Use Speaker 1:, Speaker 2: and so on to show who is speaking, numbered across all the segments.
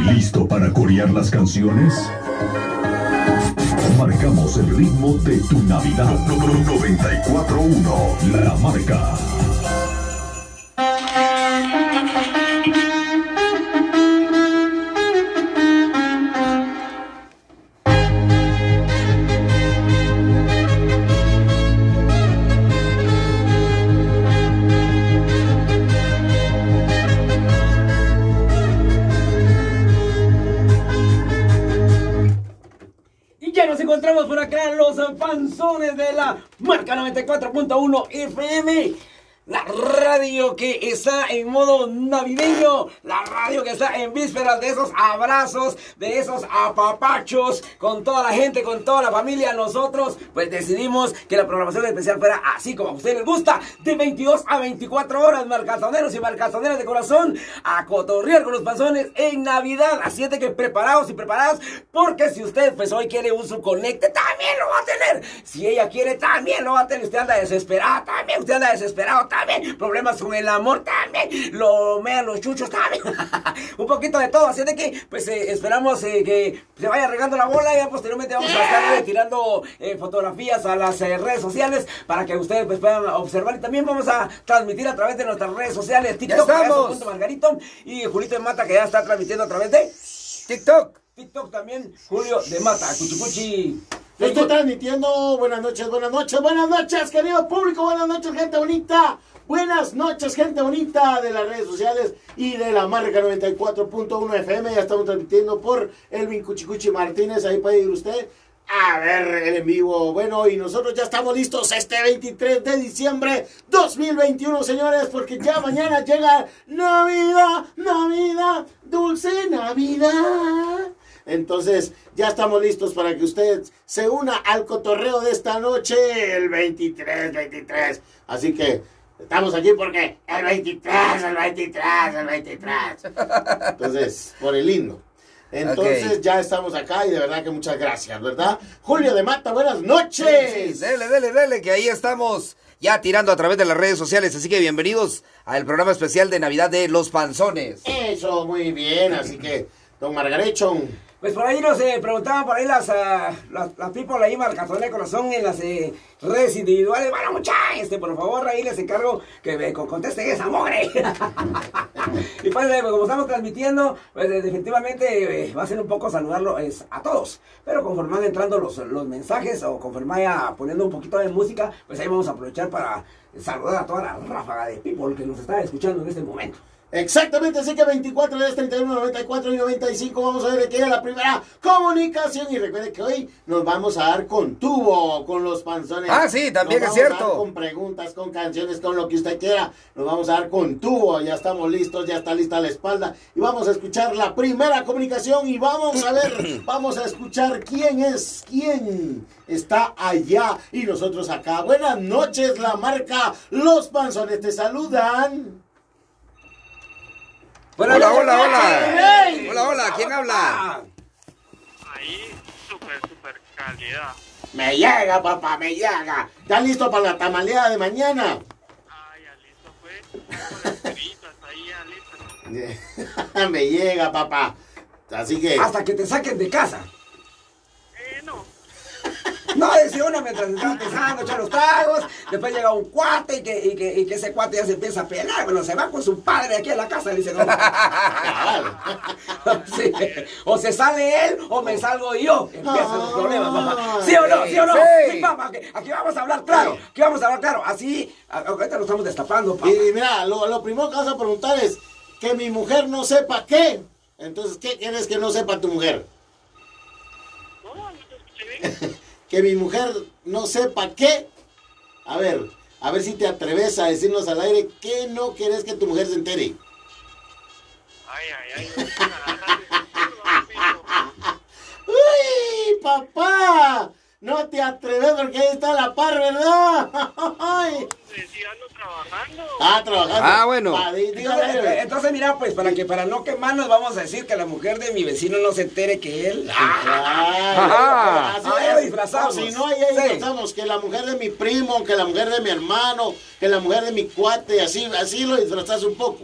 Speaker 1: ¿Listo para corear las canciones? Marcamos el ritmo de tu Navidad. 94.1 La marca.
Speaker 2: Y ya nos encontramos por acá los panzones de la marca 94.1 FM. La radio que está en modo navideño, la radio que está en vísperas de esos abrazos, de esos apapachos con toda la gente, con toda la familia. Nosotros pues decidimos que la programación especial fuera así como a ustedes les gusta, de 22 a 24 horas, marcazoneros y marcazoneras de corazón, a cotorrear con los panzones en Navidad. Así es de que preparados y preparadas, porque si usted pues hoy quiere un subconecte, también lo va a tener. Si ella quiere, también lo va a tener. Usted anda desesperada, también. Usted anda desesperado, también. Problemas con el amor, también. Lo mean los chuchos, también. un poquito de todo. Así es de que, pues eh, esperamos eh, que se vaya regando la bola. Y ya posteriormente vamos a estar eh, tirando eh, fotografías a las eh, redes sociales para que ustedes pues, puedan observar. Y también vamos a transmitir a través de nuestras redes sociales: TikTok,
Speaker 3: estamos.
Speaker 2: Payaso. Margarito. Y Julito de Mata, que ya está transmitiendo a través de
Speaker 3: TikTok.
Speaker 2: TikTok también. Julio de Mata, Cuchicuchi.
Speaker 3: Yo estoy transmitiendo. Buenas noches, buenas noches, buenas noches, querido público. Buenas noches, gente bonita. Buenas noches, gente bonita de las redes sociales y de la marca 94.1 FM. Ya estamos transmitiendo por Elvin Cuchicuchi Martínez. Ahí puede ir usted a ver el en vivo. Bueno, y nosotros ya estamos listos este 23 de diciembre 2021, señores, porque ya mañana llega Navidad, Navidad, dulce Navidad. Entonces, ya estamos listos para que usted se una al cotorreo de esta noche, el 23, 23. Así que estamos aquí porque el 23, el 23, el 23. Entonces, por el himno. Entonces,
Speaker 2: Ok.
Speaker 3: ya estamos acá y de verdad que muchas gracias, ¿verdad? Julio de Mata, buenas noches.
Speaker 4: Sí, dele, dele, dele, que ahí estamos ya tirando a través de las redes sociales. Así que bienvenidos al programa especial de Navidad de Los Panzones.
Speaker 3: Eso, muy bien. Así que, don Margarechon.
Speaker 2: Pues por ahí nos eh, preguntaban por ahí las, ah, las, las people ahí, Marcatón de Corazón, en las eh, redes individuales. Bueno, mucha, este, por favor, ahí les encargo que me co- contesten esa mugre. y pues, eh, como estamos transmitiendo, pues eh, definitivamente eh, va a ser un poco saludarlo es, a todos. Pero conforme van entrando los, los mensajes o conforme vaya poniendo un poquito de música, pues ahí vamos a aprovechar para saludar a toda la ráfaga de people que nos está escuchando en este momento.
Speaker 3: Exactamente, así que 24 días, 31, 94 y 95. Vamos a ver de qué era la primera comunicación. Y recuerde que hoy nos vamos a dar con tubo, con los panzones.
Speaker 4: Ah, sí, también
Speaker 3: Nos vamos
Speaker 4: es
Speaker 3: a dar
Speaker 4: cierto.
Speaker 3: con preguntas, con canciones, con lo que usted quiera. Nos vamos a dar con tubo. Ya estamos listos, ya está lista la espalda. Y vamos a escuchar la primera comunicación. Y vamos a ver, vamos a escuchar quién es, quién está allá y nosotros acá. Buenas noches, la marca Los Panzones. Te saludan.
Speaker 2: Buenas
Speaker 4: Hola,
Speaker 2: noches,
Speaker 4: hola, hola.
Speaker 2: ¡Ey!
Speaker 4: Hola, hola, ¿quién habla?
Speaker 5: Ahí, súper, súper calidad.
Speaker 3: Me llega, papá, me llega. ¿Ya listo para la tamaleada de mañana?
Speaker 5: Ah, ya listo, pues. Con las peritas, ahí ya listo.
Speaker 3: me llega, papá. Así que...
Speaker 2: Hasta que te saquen de casa.
Speaker 5: Eh, no.
Speaker 2: No, decía una mientras estaba pensando, echar los tragos. Después llega un cuate y que, y que, y que ese cuate ya se empieza a pelear. Bueno, se va con su padre aquí a la casa, le dice. No. Sí. O se sale él o me salgo yo. Empiezan los problemas, papá. ¿Sí o no? ¿Sí o no?
Speaker 4: Sí.
Speaker 2: Sí, papá, que- aquí vamos a hablar claro. Aquí vamos a hablar claro. Así, a- ahorita lo estamos destapando, papá.
Speaker 3: Y mira, lo, lo primero que vas a preguntar es que mi mujer no sepa qué. Entonces, ¿qué quieres que no sepa tu mujer?
Speaker 5: No, no te escuché bien.
Speaker 3: Que mi mujer no sepa qué. A ver, a ver si te atreves a decirnos al aire qué no quieres que tu mujer se entere.
Speaker 5: Ay, ay, ay. Ay,
Speaker 3: ¡Uy, papá! No te atreves porque ahí está la par, ¿verdad? ¡Ay!
Speaker 5: Sí, ando trabajando.
Speaker 3: Ah, trabajando.
Speaker 4: Ah, bueno.
Speaker 3: Ah, di- di al
Speaker 2: Entonces,
Speaker 3: aire.
Speaker 2: entonces, mira, pues para que para no quemarnos vamos a decir que la mujer de mi vecino no se entere que él.
Speaker 3: Claro,
Speaker 2: Ahí
Speaker 3: así
Speaker 2: lo
Speaker 3: es.
Speaker 2: Ah, eh, disfrazamos.
Speaker 3: O si no, ahí ahí
Speaker 2: Sí.
Speaker 3: disfrazamos que la mujer de mi primo, que la mujer de mi hermano, que la mujer de mi cuate, así, así lo disfrazas un poco.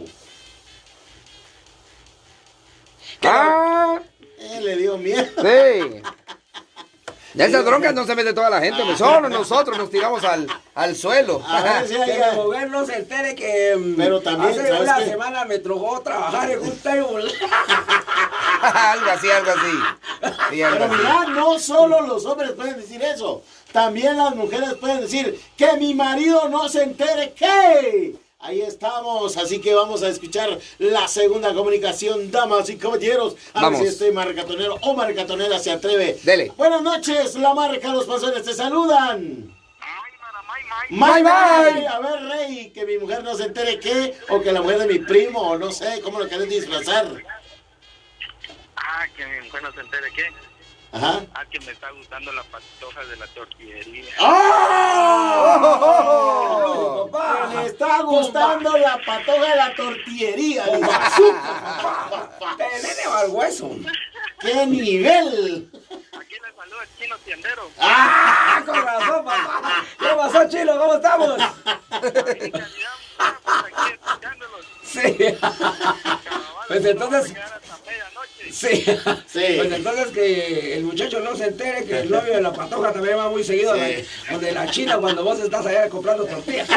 Speaker 2: Que la-
Speaker 3: Eh, también.
Speaker 4: Ah, Sí. Ya esas broncas no se mete toda la gente, hombre. solo nosotros nos tiramos al, al suelo.
Speaker 3: A ver si
Speaker 2: Que
Speaker 3: hay-
Speaker 2: mi mujer no se entere que mm,
Speaker 3: Pero también,
Speaker 2: hace
Speaker 3: ¿sabes
Speaker 2: una
Speaker 3: qué?
Speaker 2: semana me trocó trabajar en un table.
Speaker 4: algo así, algo así. Sí, algo
Speaker 3: Pero
Speaker 4: así.
Speaker 3: mira, no solo los hombres pueden decir eso, también las mujeres pueden decir que mi marido no se entere que. Ahí estamos, así que vamos a escuchar la segunda comunicación, damas y caballeros. A
Speaker 4: Vamos.
Speaker 3: ver si este marcatonero o marcatonera se atreve.
Speaker 4: Dele.
Speaker 3: Buenas noches, la marca Los Panzones te saludan.
Speaker 5: Ay, mana,
Speaker 3: Bye,
Speaker 5: may, may.
Speaker 4: Bye,
Speaker 3: bye.
Speaker 4: bye.
Speaker 3: A ver, Rey, que mi mujer no se entere que, o que la mujer de mi primo, o no sé, cómo lo querés disfrazar.
Speaker 5: Ah, que mi mujer no se entere que.
Speaker 3: Ajá.
Speaker 5: Ah, que me está gustando la patoja de la tortillería.
Speaker 2: Ah.
Speaker 4: ¡Oh!
Speaker 2: Papá.
Speaker 3: Me está gustando la patoja de la tortillería. dice.
Speaker 2: Te nene al hueso.
Speaker 3: ¡Qué nivel!
Speaker 5: Aquí le saluda Chino Tiendero.
Speaker 2: Ah, con razón, papá. ¿Qué pasó, Chilo? ¿Cómo estamos?
Speaker 5: Ahí, calidad, pues aquí escuchándolos.
Speaker 2: Sí.
Speaker 5: Cabal,
Speaker 2: Pues
Speaker 5: no
Speaker 2: entonces-
Speaker 5: voy a llegar hasta medianoche.
Speaker 2: Sí.
Speaker 3: Sí.
Speaker 2: Pues entonces que el muchacho no se entere que el novio de la patoja también va muy seguido a
Speaker 3: Sí.
Speaker 2: la- donde la china cuando vos estás allá comprando tortillas.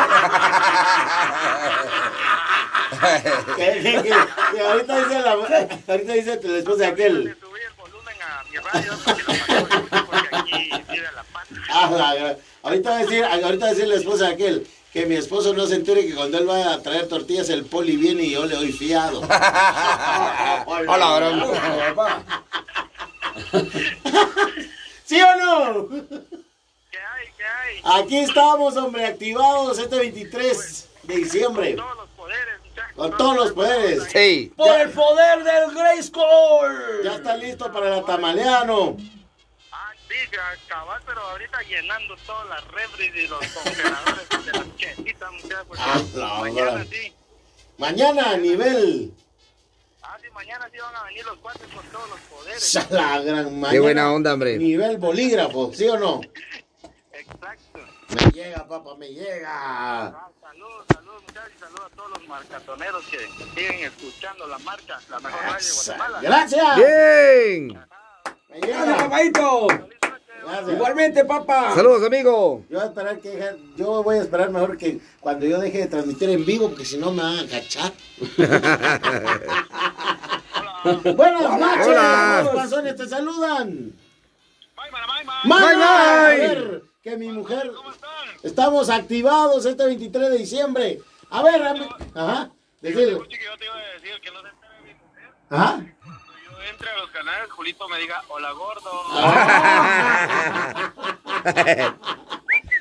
Speaker 3: Que- que- que- que ahorita dice la ahorita dice la esposa de
Speaker 5: Le
Speaker 3: aquel.
Speaker 5: subí el volumen a mi radio para que la patoja escuche, porque aquí tira la pata.
Speaker 3: Ah, la gra- ahorita va a decir, ahorita va a decir la esposa de aquel que mi esposo no se entere que cuando él va a traer tortillas el poli viene y yo le doy fiado.
Speaker 4: Hola, bro.
Speaker 2: papá.
Speaker 3: ¿Sí o no?
Speaker 5: ¿Qué hay? ¿Qué hay?
Speaker 3: Aquí estamos, hombre, activados este 23 de diciembre.
Speaker 5: Todos los poderes, muchachos.
Speaker 3: Con todos los poderes.
Speaker 4: Sí.
Speaker 2: Por el poder del Grace
Speaker 3: Ya
Speaker 2: Core.
Speaker 3: está listo para la tamaleano.
Speaker 5: Ah, sí, cabal, pero ahorita llenando todas las refres y los congeladores de las quesitas, muchachos. porque
Speaker 3: Ah, la
Speaker 5: mañana
Speaker 3: madre.
Speaker 5: sí.
Speaker 3: Mañana a nivel.
Speaker 5: Ah, sí, mañana sí van a venir los cuates con todos los poderes.
Speaker 3: Sa- La gran mañana.
Speaker 4: Qué buena onda, hombre.
Speaker 3: Nivel bolígrafo, ¿sí o no?
Speaker 5: Exacto.
Speaker 3: Me llega, papá, me llega.
Speaker 5: Ah, saludos, saludos, muchachos, y saludos a todos los marcatoneros que siguen escuchando la marca, la mejor radio de Guatemala.
Speaker 3: Gracias.
Speaker 4: Bien.
Speaker 3: Me
Speaker 2: Gracias,
Speaker 3: llega.
Speaker 2: papadito.
Speaker 3: Gracias.
Speaker 2: Igualmente, papá.
Speaker 4: Saludos, amigo.
Speaker 3: Yo voy a esperar que deje- yo voy a esperar mejor que cuando yo deje de transmitir en vivo, porque si no me van a cachar. Buenas noches,
Speaker 4: Hola.
Speaker 3: los panzones te saludan.
Speaker 5: Bye, mana, bye, bye.
Speaker 3: Mana,
Speaker 4: Bye, bye.
Speaker 3: a ver, que mi mujer.
Speaker 5: ¿Cómo están?
Speaker 3: Estamos activados este 23 de diciembre. A ver, Rami- ajá, decirle.
Speaker 5: Escuche que yo te iba a decir que no se entere mi mujer.
Speaker 3: Ajá.
Speaker 5: Cuando yo entre a los canales, Julito me diga, hola, gordo.
Speaker 3: Ah.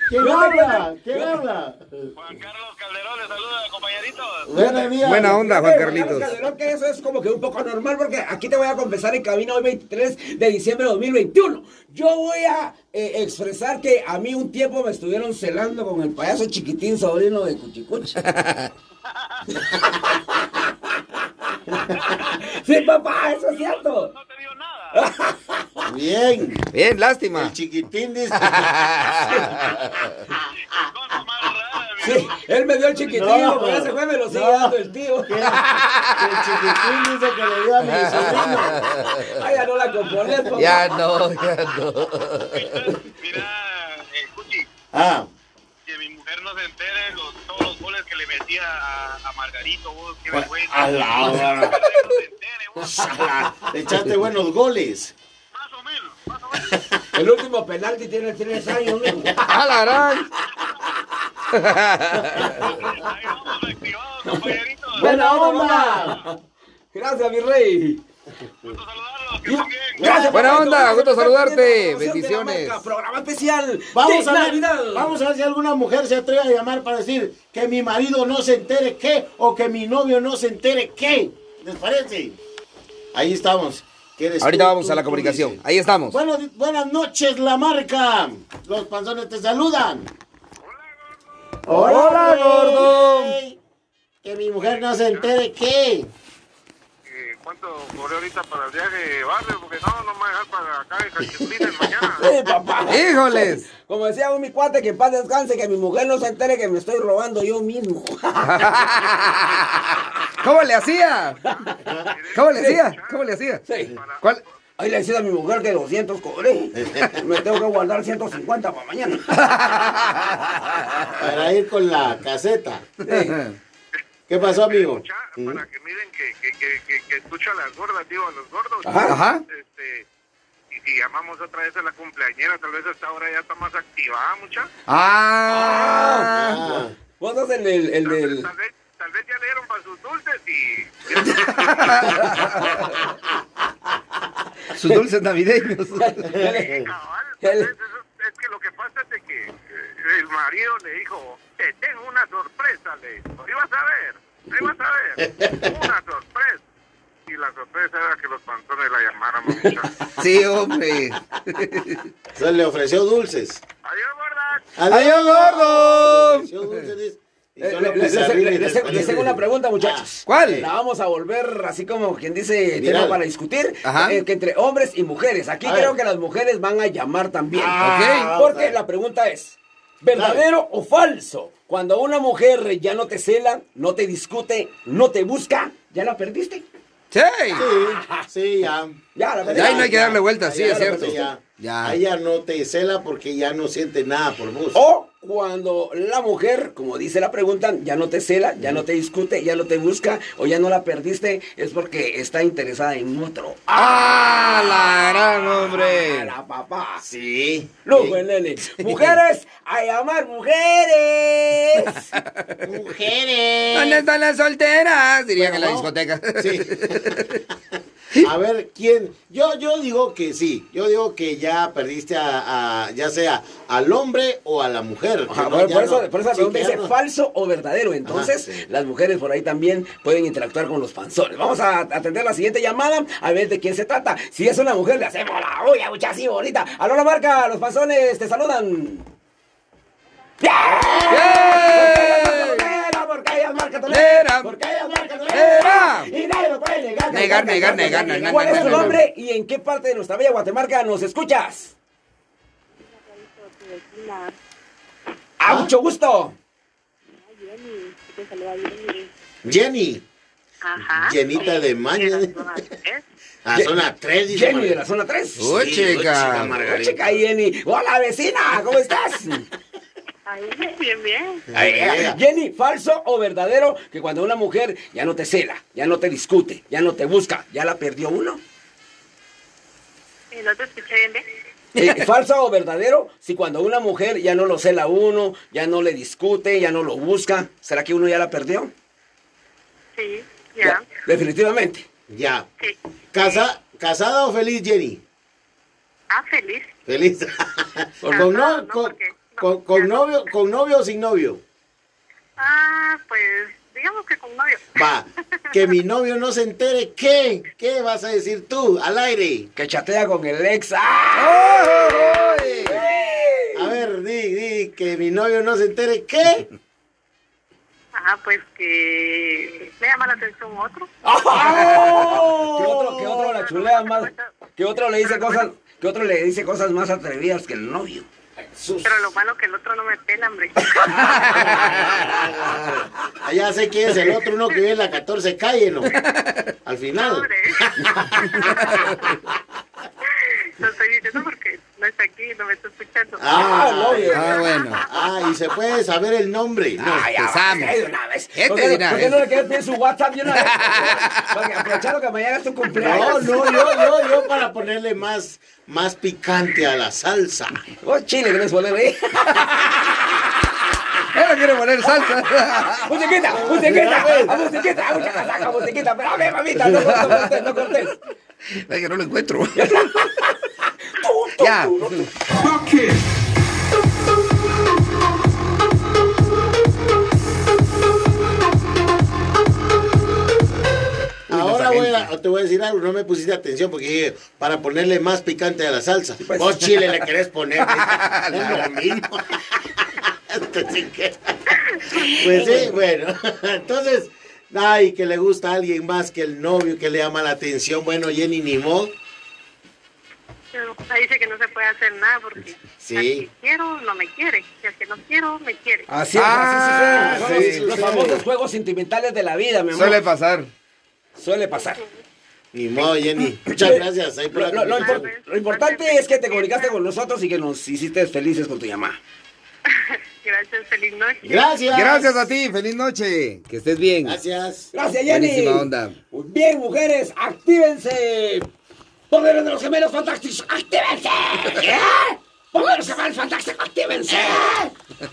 Speaker 3: ¿Quién habla? ¿Quién habla?
Speaker 5: Juan Carlos Calderón, le saluda, compañeritos.
Speaker 3: Buenos días.
Speaker 4: Buena onda, Juan
Speaker 2: Pero,
Speaker 4: Carlitos.
Speaker 2: Carlos Calderón, Eh, que eso es como que un poco normal porque aquí te voy a confesar en cabina hoy 23 de diciembre de 2021. Yo voy a eh, expresar que a mí un tiempo me estuvieron celando con el payaso chiquitín sobrino de Cuchicuchi. sí, papá, eso es cierto.
Speaker 5: No te dio
Speaker 3: Ah,
Speaker 5: nada.
Speaker 3: Bien.
Speaker 4: Bien,
Speaker 3: El
Speaker 4: lástima.
Speaker 3: chiquitín dice. ah,
Speaker 5: Cosa más rara, mi
Speaker 2: Sí, él me dio el chiquitín,
Speaker 3: No.
Speaker 2: pero ese jueves me lo sigue
Speaker 3: No.
Speaker 2: dando el tío.
Speaker 3: que El chiquitín dice que le dio a mi sobrino.
Speaker 2: Ay, Ah, ya no la compones, papá.
Speaker 4: Ya no, ya no.
Speaker 5: Entonces, Mira, eh, Cuchi,
Speaker 3: Ah,
Speaker 5: que mi mujer no se entere los, todos los goles que le metía a, a Margarito, vos, qué vergüenza.
Speaker 3: Pues, a la hora. Ah.
Speaker 5: Que no se entere, vos.
Speaker 3: le echaste buenos goles.
Speaker 5: Más o menos, más o menos.
Speaker 2: El último penalti tiene tres años, mijo.
Speaker 4: ¡A la gran!
Speaker 5: Ahí vamos, activados, compañeritos.
Speaker 3: Buena
Speaker 2: onda. Gracias, mi rey.
Speaker 5: Gusto saludarlos, que estén bien.
Speaker 2: Gracias,
Speaker 4: Buena
Speaker 2: papito.
Speaker 4: onda,
Speaker 2: Gracias
Speaker 4: gusto
Speaker 2: por
Speaker 4: saludarte.
Speaker 2: estar pendiente de la
Speaker 4: Bendiciones.
Speaker 2: marca. Programa especial.
Speaker 3: Vamos
Speaker 2: de
Speaker 3: a, ver,
Speaker 2: Navidad.
Speaker 3: vamos a ver si alguna mujer se atreve a llamar para decir que mi marido no se entere qué o que mi novio no se entere qué. ¿Les parece? Ahí estamos. ¿Qué eres
Speaker 4: Ahorita
Speaker 3: tú,
Speaker 4: vamos
Speaker 3: tú,
Speaker 4: a la
Speaker 3: tú,
Speaker 4: comunicación.
Speaker 3: dice?
Speaker 4: Ahí estamos.
Speaker 3: Bueno, di- buenas noches, la marca. Los panzones te saludan.
Speaker 4: Hola,
Speaker 3: güey.
Speaker 4: gordo.
Speaker 3: Que mi mujer no se entere qué.
Speaker 5: Eh, ¿Cuánto cobré ahorita para el viaje de barrio? Porque no, no me voy a dejar para acá de Cachetitlán mañana.
Speaker 2: Eh, papá.
Speaker 4: ¡Híjoles!
Speaker 2: Como decía un mi cuate, que en paz descanse, que mi mujer no se entere que me estoy robando yo mismo.
Speaker 4: ¿Cómo le hacía? ¿Cómo le hacía? ¿Cómo le hacía?
Speaker 2: Sí.
Speaker 5: Para-
Speaker 4: ¿Cuál,
Speaker 2: Ahí le decía a mi mujer que 200 cobré. Me tengo que guardar 150 para mañana.
Speaker 3: Para ir con la caseta.
Speaker 2: Sí.
Speaker 3: ¿Qué pasó, amigo?
Speaker 5: Escucha,
Speaker 4: ¿Mm?
Speaker 5: para que miren que, que, que, que, que escucho a las gordas, digo, a los gordos.
Speaker 2: Ajá,
Speaker 4: ajá.
Speaker 5: Este, y si llamamos otra vez a la cumpleañera, tal vez hasta ahora ya está más activada, mucha.
Speaker 4: Ah.
Speaker 3: Ah,
Speaker 2: Vos sos el del... El
Speaker 5: Tal, vez-
Speaker 2: del...
Speaker 5: tal vez, tal vez ya le dieron para sus dulces y...
Speaker 4: Sus dulces navideños.
Speaker 2: Ya
Speaker 3: Mm.
Speaker 2: le-
Speaker 5: Cabal,
Speaker 2: Ya
Speaker 5: tal
Speaker 2: le-
Speaker 5: vez eso- es que lo que pasa es de que eh, el marido le dijo, te tengo una sorpresa, le dijo, ibas a ver, ibas a ver, una sorpresa. Y la sorpresa era que los pantones la llamaran mucha.
Speaker 4: Sí, hombre.
Speaker 3: se le ofreció dulces.
Speaker 5: Adiós, gordas.
Speaker 4: ¡Adiós, gordo!
Speaker 3: Le ofreció dulces, dice, y
Speaker 2: Eh,
Speaker 3: solo
Speaker 2: le- le- le-
Speaker 3: pizarrín
Speaker 2: le-
Speaker 3: en Ah,
Speaker 2: le-
Speaker 3: español.
Speaker 2: Les tengo una pregunta, muchachos.
Speaker 4: ¿Cuál?
Speaker 2: La vamos a volver así como quien dice
Speaker 3: Viral.
Speaker 2: tema para discutir.
Speaker 4: Ajá.
Speaker 2: eh, que entre hombres y mujeres. Aquí
Speaker 3: A
Speaker 2: creo
Speaker 3: ver.
Speaker 2: que las mujeres van a llamar también.
Speaker 3: Ah,
Speaker 2: ¿ok?
Speaker 3: vamos a
Speaker 2: Porque
Speaker 3: ver.
Speaker 2: la pregunta es: ¿verdadero o falso? Cuando una mujer ya no te cela, no te discute, no te busca, ¿ya la perdiste?
Speaker 4: Sí.
Speaker 3: Sí, sí, ya.
Speaker 2: Ya, la
Speaker 4: Ya ahí no hay que darle vueltas, sí,
Speaker 3: Ya, ya,
Speaker 4: es cierto.
Speaker 3: Ya.
Speaker 4: Ya.
Speaker 3: Ella no te cela porque ya no siente nada por vos.
Speaker 2: O cuando la mujer, como dice la pregunta, ya no te cela, ya no te discute, ya no te busca o ya no la perdiste, es porque está interesada en otro.
Speaker 4: ¡Ah, la gran
Speaker 2: Ah,
Speaker 4: hombre!
Speaker 2: la papá.
Speaker 3: Sí.
Speaker 2: Luego el Lele. Mujeres, a llamar mujeres.
Speaker 3: Mujeres.
Speaker 4: ¿Dónde están las solteras? Diría
Speaker 3: Bueno,
Speaker 4: que en la
Speaker 3: vamos.
Speaker 4: discoteca.
Speaker 3: Sí. A ver quién. Yo, yo digo que sí. Yo digo que ya perdiste a, a- ya sea al hombre o a la mujer.
Speaker 2: Ajá,
Speaker 3: que no,
Speaker 2: por,
Speaker 3: ya
Speaker 2: por eso,
Speaker 3: no.
Speaker 2: por eso la
Speaker 3: Sí,
Speaker 2: pregunta
Speaker 3: que ya
Speaker 2: dice
Speaker 3: no.
Speaker 2: falso o verdadero. Entonces,
Speaker 3: sí.
Speaker 2: las mujeres por ahí también pueden interactuar con los panzones. Vamos a atender la siguiente llamada a ver de quién se trata. Si es una mujer, le hacemos la olla, mucha así bonita. A la marca, los panzones te saludan. ¡Bien!
Speaker 4: ¡Bien!
Speaker 2: Porque ellas marca
Speaker 4: Tolera.
Speaker 2: tolera, porque ellas marca
Speaker 4: Tolera.
Speaker 2: tolera, y nadie lo puede negar. que
Speaker 4: Negar,
Speaker 2: marca
Speaker 4: negar,
Speaker 2: tolera.
Speaker 4: negar, negar,
Speaker 2: ¿Cuál es
Speaker 4: negar,
Speaker 2: tu
Speaker 4: negar.
Speaker 2: nombre y en qué parte de nuestra bella Guatemalca nos escuchas?
Speaker 6: tu vecina.
Speaker 2: A mucho gusto.
Speaker 6: Ay, Jenny, que te saluda Jenny.
Speaker 3: Jenny.
Speaker 6: Ajá.
Speaker 3: Llenita de maña.
Speaker 6: ¿eh?
Speaker 3: Ah, son las tres. dice
Speaker 2: Jenny de
Speaker 3: Margarita.
Speaker 2: la zona 3.
Speaker 4: Uy,
Speaker 3: Sí,
Speaker 4: chica.
Speaker 3: Margarita.
Speaker 2: Chica Jenny. Hola vecina, ¿cómo estás?
Speaker 6: Ay, bien, bien.
Speaker 3: Ay,
Speaker 2: Eh,
Speaker 3: ay, ay.
Speaker 2: Jenny, falso o verdadero que cuando una mujer ya no te cela, ya no te discute, ya no te busca, ya la perdió uno.
Speaker 6: ¿Y no te escuché bien? bien?
Speaker 2: Eh, falso o verdadero si cuando una mujer ya no lo cela a uno, ya no le discute, ya no lo busca, ¿será que uno ya la perdió?
Speaker 6: Sí, ya.
Speaker 2: definitivamente.
Speaker 3: Ya.
Speaker 6: Sí.
Speaker 3: Casa, ¿Casada o feliz, Jenny?
Speaker 6: Ah, feliz.
Speaker 3: Feliz. ¿Con, no-
Speaker 6: no,
Speaker 3: con,
Speaker 6: porque-
Speaker 3: con- con novio, ¿Con novio o sin novio?
Speaker 6: Ah, pues digamos que con novio.
Speaker 3: Va, que mi novio no se entere, ¿qué? ¿Qué vas a decir tú al aire?
Speaker 2: Que chatea con el ex. ¡Ah!
Speaker 3: A ver, di, di, que mi novio no se entere, ¿qué?
Speaker 6: Ah, pues que me llama la atención otro.
Speaker 3: Ah.
Speaker 2: Que otro, que otro la chulea más, que otro le dice cosas, que otro le dice cosas más atrevidas que el novio.
Speaker 6: Pero lo malo que el otro no me pela, hombre.
Speaker 3: Allá Ah, sé quién es el otro, uno que vive en la 14 calle, ¿no? Al final.
Speaker 6: Hombre. Lo estoy diciendo porque no está aquí, no me está escuchando.
Speaker 3: Ah,
Speaker 2: novio.
Speaker 4: Ah, bueno.
Speaker 3: Ah, y se puede saber el nombre. No.
Speaker 2: Ay, ya,
Speaker 4: empezamos.
Speaker 2: ¿por qué de una vez?
Speaker 4: Este
Speaker 2: ¿Por qué-
Speaker 4: de una
Speaker 2: por qué
Speaker 4: vez.
Speaker 2: no le quieres pedir su WhatsApp de una vez? Porque aprovechando que mañana es tu
Speaker 3: No,
Speaker 2: cumpleaños.
Speaker 3: no, yo, yo, yo para ponerle más, más picante a la salsa.
Speaker 2: Vos chile querés ¿eh? poner ahí.
Speaker 4: Él no quiere poner salsa.
Speaker 2: Musiquita, musiquita, a musiquita, a mucha casaca, musiquita. Espérame, mamita, no cortes, no cortes, no cortes.
Speaker 4: Ay, que no lo encuentro.
Speaker 2: Tú, tú,
Speaker 4: Ya.
Speaker 2: tú, tú.
Speaker 4: Uy,
Speaker 3: Ahora
Speaker 4: nuestra
Speaker 3: voy a-
Speaker 4: gente.
Speaker 3: te voy a decir algo, no me pusiste atención porque dije, para ponerle más picante a la salsa.
Speaker 2: pues.
Speaker 3: Vos chile le querés poner. es lo mismo. Entonces, ¿qué? pues sí, bueno. Entonces, ay, que le gusta a alguien más que el novio, que le llama la atención. Bueno, Jenny, ni modo.
Speaker 6: Pero Ahí dice que no se puede hacer nada porque
Speaker 3: Sí.
Speaker 6: al que quiero no me quiere y al que no quiero me quiere.
Speaker 2: Así es,
Speaker 4: Ah,
Speaker 2: así sucede.
Speaker 3: sí,
Speaker 2: Los
Speaker 3: sucede.
Speaker 2: famosos juegos sentimentales de la vida, mi amor.
Speaker 4: Suele pasar.
Speaker 2: Suele pasar.
Speaker 3: Ni modo, Jenny. Muchas gracias. ahí por
Speaker 2: Lo,
Speaker 3: la
Speaker 2: lo- lo
Speaker 3: comunicación.
Speaker 2: impor- lo importante es que te comunicaste con nosotros y que nos hiciste felices con tu llamada.
Speaker 6: Gracias, feliz noche.
Speaker 3: Gracias.
Speaker 4: Gracias a ti, feliz noche. Que estés bien.
Speaker 3: Gracias.
Speaker 2: Gracias, Jenny.
Speaker 4: Buenísima onda.
Speaker 2: Bien, mujeres, actívense. Poderes de los gemelos fantásticos, actívense. ¿Eh? Poderes de los gemelos fantásticos, actívense.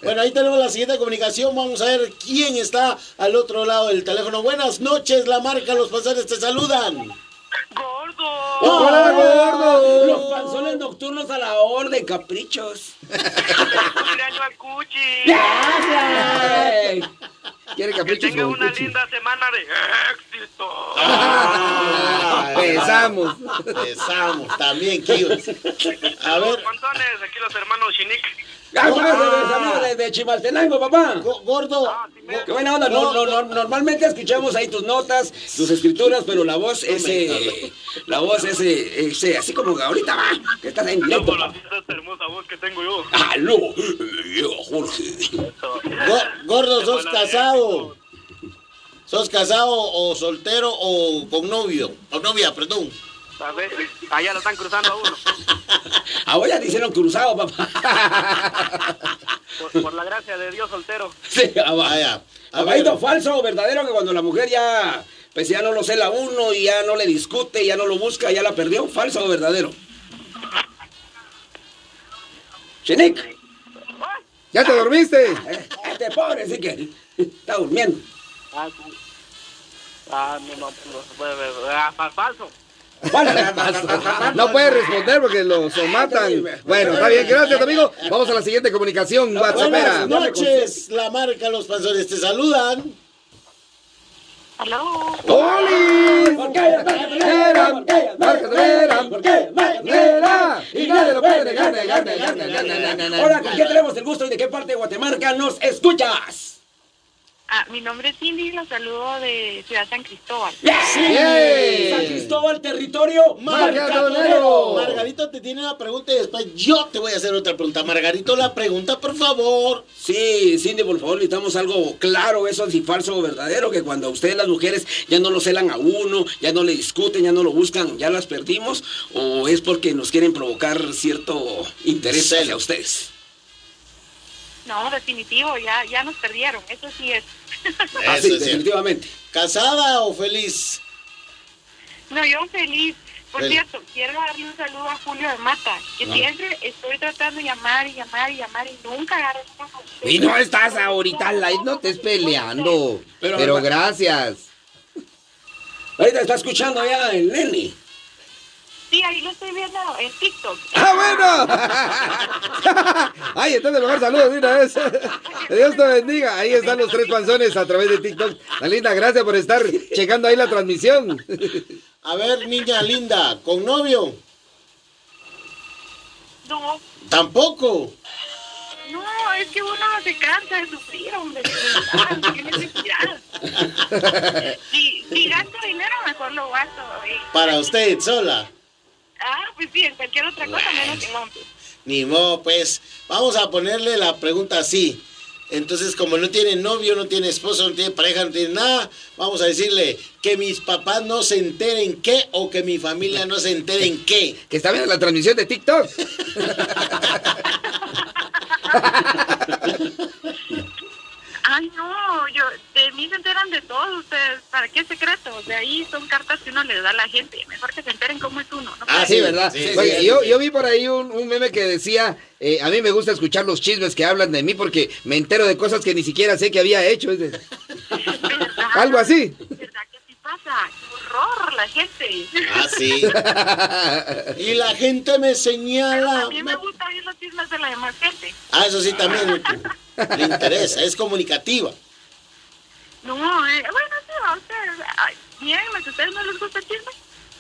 Speaker 3: Bueno, ahí tenemos la siguiente comunicación. Vamos a ver quién está al otro lado del teléfono. Buenas noches, la marca Los Pasares te saludan.
Speaker 6: Gordo.
Speaker 3: ¡Hola, gordo!
Speaker 2: Los panzones nocturnos a la orden, caprichos.
Speaker 3: Ah.
Speaker 6: Cumpleaños al Cuchi.
Speaker 2: Ay,
Speaker 4: ¿Quiere
Speaker 6: Que
Speaker 4: caprichos
Speaker 6: tenga
Speaker 4: con
Speaker 6: una
Speaker 4: Cuchi?
Speaker 6: linda semana de éxito.
Speaker 4: Ah, Empezamos.
Speaker 3: Empezamos también, Kivas. A ver,
Speaker 5: Pantones, aquí los hermanos Chinik.
Speaker 2: ay, bueno, de mis amigos de, de Chimaltenango, papá.
Speaker 3: go- gordo.
Speaker 2: Qué buena onda. No, no, no, normalmente escuchamos ahí tus notas, tus escrituras, pero la voz ese, la voz ese, ese, eh, así como ahorita va, que estás en directo.
Speaker 5: Con
Speaker 2: papá.
Speaker 5: esta hermosa voz que tengo yo.
Speaker 2: Aló, Ah, yo, Jorge.
Speaker 3: Go- gordo, sos casado. ¿Sos casado o soltero o con novio? O novia, perdón.
Speaker 5: A ver, allá lo están cruzando a uno.
Speaker 2: Ahora te hicieron cruzado, papá.
Speaker 5: Por, por la gracia de Dios soltero.
Speaker 2: Sí, papá.
Speaker 3: Vaya. Ah, A ver.
Speaker 2: Abaído falso o verdadero que cuando la mujer ya, pues ya no lo cela a uno y ya no le discute, ya no lo busca, ya la perdió, falso o verdadero. Chenik,
Speaker 4: ¿Ya te dormiste?
Speaker 2: eh, este pobre sí que está durmiendo.
Speaker 5: Ah, sí. Ah, no, no, no se puede ver. Ah, fa- falso.
Speaker 2: Falso, falso.
Speaker 4: No puede responder porque lo matan. Bueno, está bien, gracias amigo. Vamos a la siguiente comunicación, WhatsAppera.
Speaker 3: Buenas noches, la marca Los Panzones te saludan.
Speaker 6: Aló.
Speaker 4: ¡Oli!
Speaker 2: ¿Por qué? ¿Por qué? ¿Por qué? ¿Por
Speaker 4: ¡Era! ¡Y nadie lo puede negar, negar, negar, negar, negar, negar!
Speaker 2: qué? Hola, ¿con quién tenemos el gusto y de qué parte de Guatemala nos escuchas?
Speaker 6: Ah, mi nombre es Cindy, los saludo de Ciudad San Cristóbal.
Speaker 4: ¡Bien!
Speaker 2: San Cristóbal, territorio
Speaker 4: Marcadonero.
Speaker 2: marcadonero.
Speaker 3: Margarito te tiene una pregunta y después yo te voy a hacer otra pregunta. Margarito, la pregunta, por favor.
Speaker 2: Sí, Cindy, por favor, necesitamos algo claro, eso si falso o verdadero, que cuando ustedes las mujeres ya no lo celan a uno, ya no le discuten, ya no lo buscan, ya las perdimos, o es porque nos quieren provocar cierto interés
Speaker 3: Celo.
Speaker 2: hacia ustedes.
Speaker 6: No, definitivo, ya, ya nos perdieron, eso sí es.
Speaker 2: Ah, sí,
Speaker 3: Eso es cierto.
Speaker 2: definitivamente.
Speaker 3: ¿Casada o feliz?
Speaker 6: No, yo feliz. Por
Speaker 3: Bueno.
Speaker 6: cierto, quiero darle un saludo a Julio de Mata, que
Speaker 4: Ah.
Speaker 6: siempre estoy tratando de llamar y llamar y llamar y nunca agarro el teléfono.
Speaker 4: Y no estás ahorita al aire, no te estés peleando.
Speaker 2: Pero-
Speaker 4: Pero gracias.
Speaker 2: Ahorita está escuchando ya el Lenny.
Speaker 6: Sí, ahí lo estoy viendo en TikTok.
Speaker 4: ¡Ah, bueno! Ay, entonces mejor saludos de una vez. Dios te bendiga. Ahí están los tres panzones a través de TikTok. Linda, gracias por estar checando ahí la transmisión.
Speaker 3: A ver, niña linda, ¿con novio?
Speaker 6: No,
Speaker 3: Tampoco.
Speaker 6: no, es que uno se cansa de sufrir, hombre. Ay, qué necesidad. Si, si gasto dinero, mejor lo gasto. eh.
Speaker 3: Para usted sola.
Speaker 6: Ah, pues sí, en cualquier otra cosa menos en hombre.
Speaker 3: Ni modo, pues. Vamos a ponerle la pregunta así. Entonces, como no tiene novio, no tiene esposo, no tiene pareja, no tiene nada, vamos a decirle que mis papás no se enteren qué o que mi familia no se enteren qué.
Speaker 4: Que está viendo la transmisión de TikTok.
Speaker 6: Ay, no, yo, de mí se enteran de todos ustedes. ¿Para qué secretos? De ahí son cartas que uno le da a la gente. Mejor que se enteren cómo es uno. ¿no?
Speaker 3: Ah,
Speaker 4: Sí, ¿verdad?
Speaker 3: Sí,
Speaker 4: Oye,
Speaker 3: sí,
Speaker 4: yo,
Speaker 3: sí.
Speaker 4: yo vi por ahí un, un meme que decía, eh, a mí me gusta escuchar los chismes que hablan de mí porque me entero de cosas que ni siquiera sé que había hecho. Es de-
Speaker 6: ¿Verdad?
Speaker 4: Algo así.
Speaker 6: ¿Verdad que sí pasa? ¡Qué horror la gente!
Speaker 3: Ah, sí. Y la gente me
Speaker 6: Pero
Speaker 3: señala.
Speaker 6: también me gusta oír los chismes de la demás gente.
Speaker 3: Ah, eso sí también le interesa, es comunicativa.
Speaker 6: No, eh, bueno, sí, a ustedes. Ay, bien, pues, ¿a ustedes no les gusta el chisme?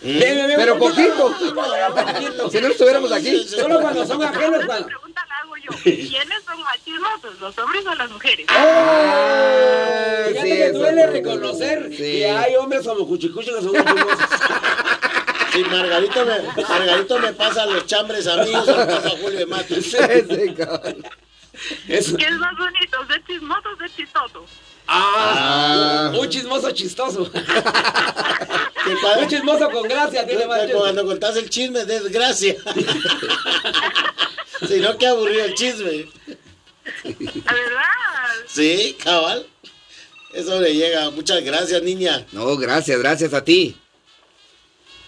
Speaker 2: Bien, bien, bien,
Speaker 4: Pero
Speaker 2: bien, bien,
Speaker 4: poquito.
Speaker 2: bien, poquito.
Speaker 4: Si no estuviéramos aquí.
Speaker 2: Solo cuando son ajenos,
Speaker 6: Esa
Speaker 2: cuando-
Speaker 6: pregunta la hago yo. ¿Quiénes son más chismosos, los hombres o las mujeres?
Speaker 4: Ah,
Speaker 2: Fíjate
Speaker 4: sí,
Speaker 2: que
Speaker 4: eso.
Speaker 2: duele reconocer
Speaker 4: Sí.
Speaker 2: que hay hombres como Cuchicuchi que son muy chismosos.
Speaker 3: Si Margarito me, Margarito me pasa los chambres amigos, se los pasa a Julio de Mata.
Speaker 4: Ese cabrón.
Speaker 2: Eso.
Speaker 6: ¿Qué es más bonito, ser chismoso o ser chistoso?
Speaker 2: Ah,
Speaker 4: Ah.
Speaker 2: un chismoso chistoso.
Speaker 3: Que cuando-
Speaker 2: Un chismoso con gracia tiene más
Speaker 3: que
Speaker 2: chisme.
Speaker 3: Cuando contás el chisme, desgracia. si no, qué aburrido el chisme.
Speaker 6: La verdad.
Speaker 3: Sí, cabal. Eso le llega. Muchas gracias, niña.
Speaker 4: No, gracias, gracias a ti.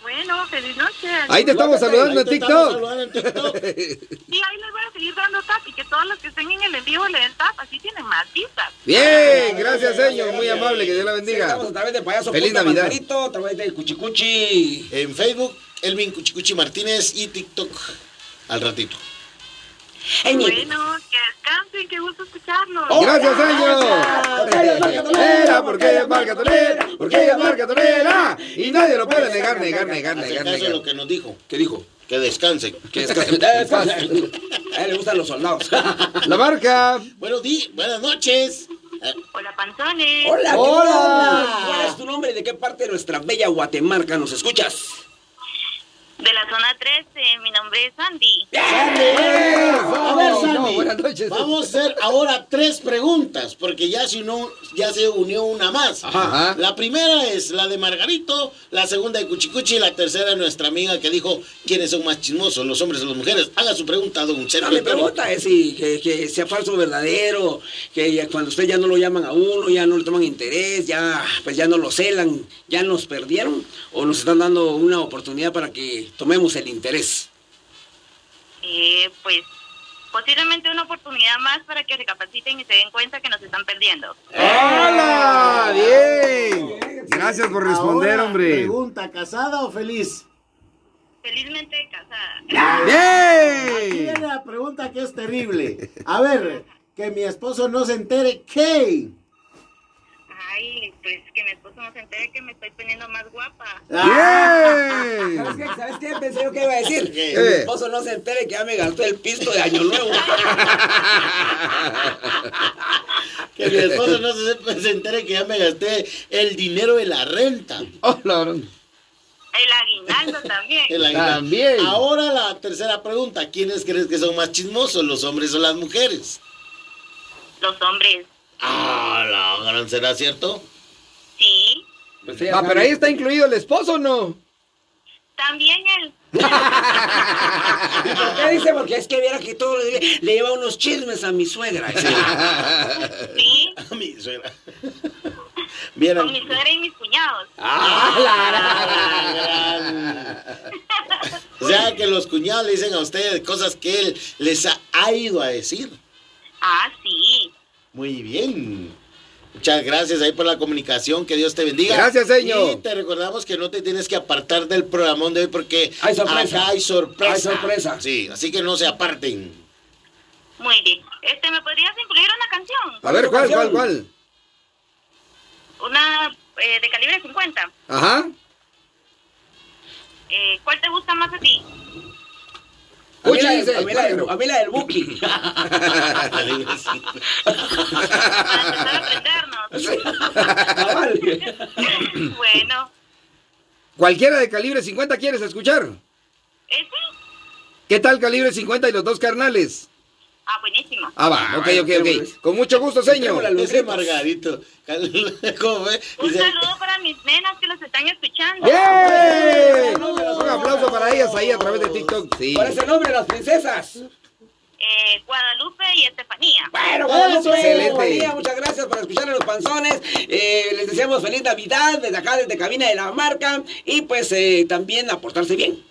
Speaker 6: Bueno, feliz noche.
Speaker 4: Ahí te estamos saludando
Speaker 3: Ahí
Speaker 4: en
Speaker 3: te estamos
Speaker 4: TikTok.
Speaker 3: saludando en TikTok.
Speaker 6: Sí, ahí les voy a seguir dando tap y que todos los que estén en el en vivo le den tap. Así tienen más vistas.
Speaker 4: Bien, gracias, señor. Muy amable, que Dios la
Speaker 2: Sí,
Speaker 4: bendiga.
Speaker 2: estamos a través de payaso.
Speaker 4: Feliz
Speaker 2: Punto
Speaker 4: Navidad.
Speaker 2: Manzanito, a través de Cuchicuchi.
Speaker 3: En Facebook, Elvin Cuchicuchi Martínez y TikTok. Al ratito.
Speaker 6: Bueno, que descansen, que gusto escucharlos.
Speaker 4: Oh, Gracias, eh. señor. Era porque ella es marca tonera, porque ella es marca tonera. Y nadie lo puede negar, negar, negar,
Speaker 3: Hace
Speaker 4: negar,
Speaker 3: caso de lo
Speaker 4: negar.
Speaker 3: que nos dijo.
Speaker 2: ¿Qué dijo?
Speaker 3: Que descansen.
Speaker 2: Que descanse. Descanse. A él le gustan los soldados.
Speaker 4: La marca.
Speaker 3: Buenos días, buenas noches. Eh,
Speaker 6: Hola, panzones.
Speaker 2: Hola, ¿qué
Speaker 4: Hola.
Speaker 2: tal? ¿Cuál es tu nombre y de qué parte de nuestra bella Guatemalca nos escuchas?
Speaker 6: De la zona 13, mi nombre es Sandy.
Speaker 4: A
Speaker 3: ver, Sandy.
Speaker 4: Buenas noches.
Speaker 3: Vamos a hacer ahora tres preguntas, porque ya se, unió- ya se unió una más.
Speaker 4: Ajá, ajá.
Speaker 3: La primera es la de Margarito, la segunda de Cuchicuchi y la tercera nuestra amiga que dijo quiénes son más chismosos, los hombres o las mujeres. Haga su pregunta, don
Speaker 2: No,
Speaker 3: Sergio.
Speaker 2: mi pregunta es si que, que sea falso o verdadero, que ya cuando usted ya no lo llaman a uno, ya no le toman interés, ya pues ya no lo celan, ya nos perdieron o nos están dando una oportunidad para que tomemos el interés.
Speaker 6: Eh, pues posiblemente una oportunidad más para que recapaciten y se den cuenta que nos están perdiendo.
Speaker 4: ¡Hola! Ah, Bien. Gracias por responder,
Speaker 3: Ahora,
Speaker 4: hombre.
Speaker 3: Pregunta, ¿casada o feliz?
Speaker 6: Felizmente casada.
Speaker 3: Aquí
Speaker 4: ¡Bien!
Speaker 3: viene la pregunta que es terrible. A ver, que mi esposo no se entere que...
Speaker 6: Ay, pues que mi esposo no se entere que me estoy poniendo más guapa.
Speaker 4: ¡Bien!
Speaker 2: qué? ¿Sabes qué? Pensé yo que iba a decir.
Speaker 3: ¿Qué?
Speaker 2: Que Eh. mi esposo no se entere que ya me gastó el pisto de Año Nuevo.
Speaker 3: Que mi esposo no se, se entere que ya me gasté el dinero de la renta.
Speaker 4: ¡Hola, varón.
Speaker 6: El aguinaldo también.
Speaker 3: El aguinaldo.
Speaker 4: También.
Speaker 3: Ahora la tercera pregunta, ¿quiénes crees que son más chismosos, los hombres o las mujeres?
Speaker 6: Los hombres,
Speaker 3: Ah, la gran será cierto.
Speaker 6: sí.
Speaker 2: Pues ella
Speaker 4: Ah,
Speaker 2: sabe.
Speaker 4: pero ahí está incluido el esposo, o ¿no?
Speaker 6: También el...
Speaker 2: ¿Y por qué dice? Porque es que viera que todo le, le lleva unos chismes a mi suegra.
Speaker 6: Sí.
Speaker 3: A mi suegra. Vieron.
Speaker 6: Con mi suegra y mis cuñados.
Speaker 3: Ah, gran. O sea que los cuñados le dicen a ustedes cosas que él les ha, ha ido a decir.
Speaker 6: Ah, sí.
Speaker 3: Muy bien. Muchas gracias ahí por la comunicación, que Dios te bendiga.
Speaker 4: Gracias, señor.
Speaker 3: Y te recordamos que no te tienes que apartar del programón de hoy porque
Speaker 2: Hay sorpresa.
Speaker 3: acá hay sorpresa.
Speaker 2: Hay sorpresa.
Speaker 3: Sí, así que no se aparten.
Speaker 6: Muy bien. Este, ¿me podrías incluir una canción?
Speaker 4: A ver, ¿cuál, cuál, cuál?
Speaker 6: Una eh, de calibre 50.
Speaker 4: Ajá.
Speaker 6: Eh, ¿Cuál te gusta más a ti?
Speaker 2: A mí la-
Speaker 4: Pucha, dice,
Speaker 2: a mí la del-
Speaker 4: cuatro.
Speaker 2: a mí la del Buki.
Speaker 6: Para empezar a aprendernos.
Speaker 2: Ah, Cabal.
Speaker 6: bueno,
Speaker 4: Cualquiera de calibre 50 quieres escuchar.
Speaker 6: eh, sí.
Speaker 4: ¿Qué tal calibre 50 y los dos carnales?
Speaker 6: Ah, buenísimo.
Speaker 4: Ah, va, ok, ok, ok. Con mucho gusto,
Speaker 2: Entrémosle
Speaker 4: señor.
Speaker 2: al-
Speaker 3: Ese Margarito. ¿Cómo fue?
Speaker 6: Un
Speaker 3: Dice,
Speaker 6: saludo para mis nenas que los están escuchando.
Speaker 4: ¡Bien! Un aplauso para ellas ahí a través de TikTok. Sí.
Speaker 2: ¿Cuál es el nombre de las princesas?
Speaker 6: Eh, Guadalupe y Estefanía.
Speaker 2: Ah, Bueno, Guadalupe,
Speaker 4: excelente.
Speaker 2: compañía, muchas gracias por escuchar a los panzones. Eh, les deseamos feliz Navidad desde acá, desde Cabina de la Marca. Y pues eh, también aportarse bien.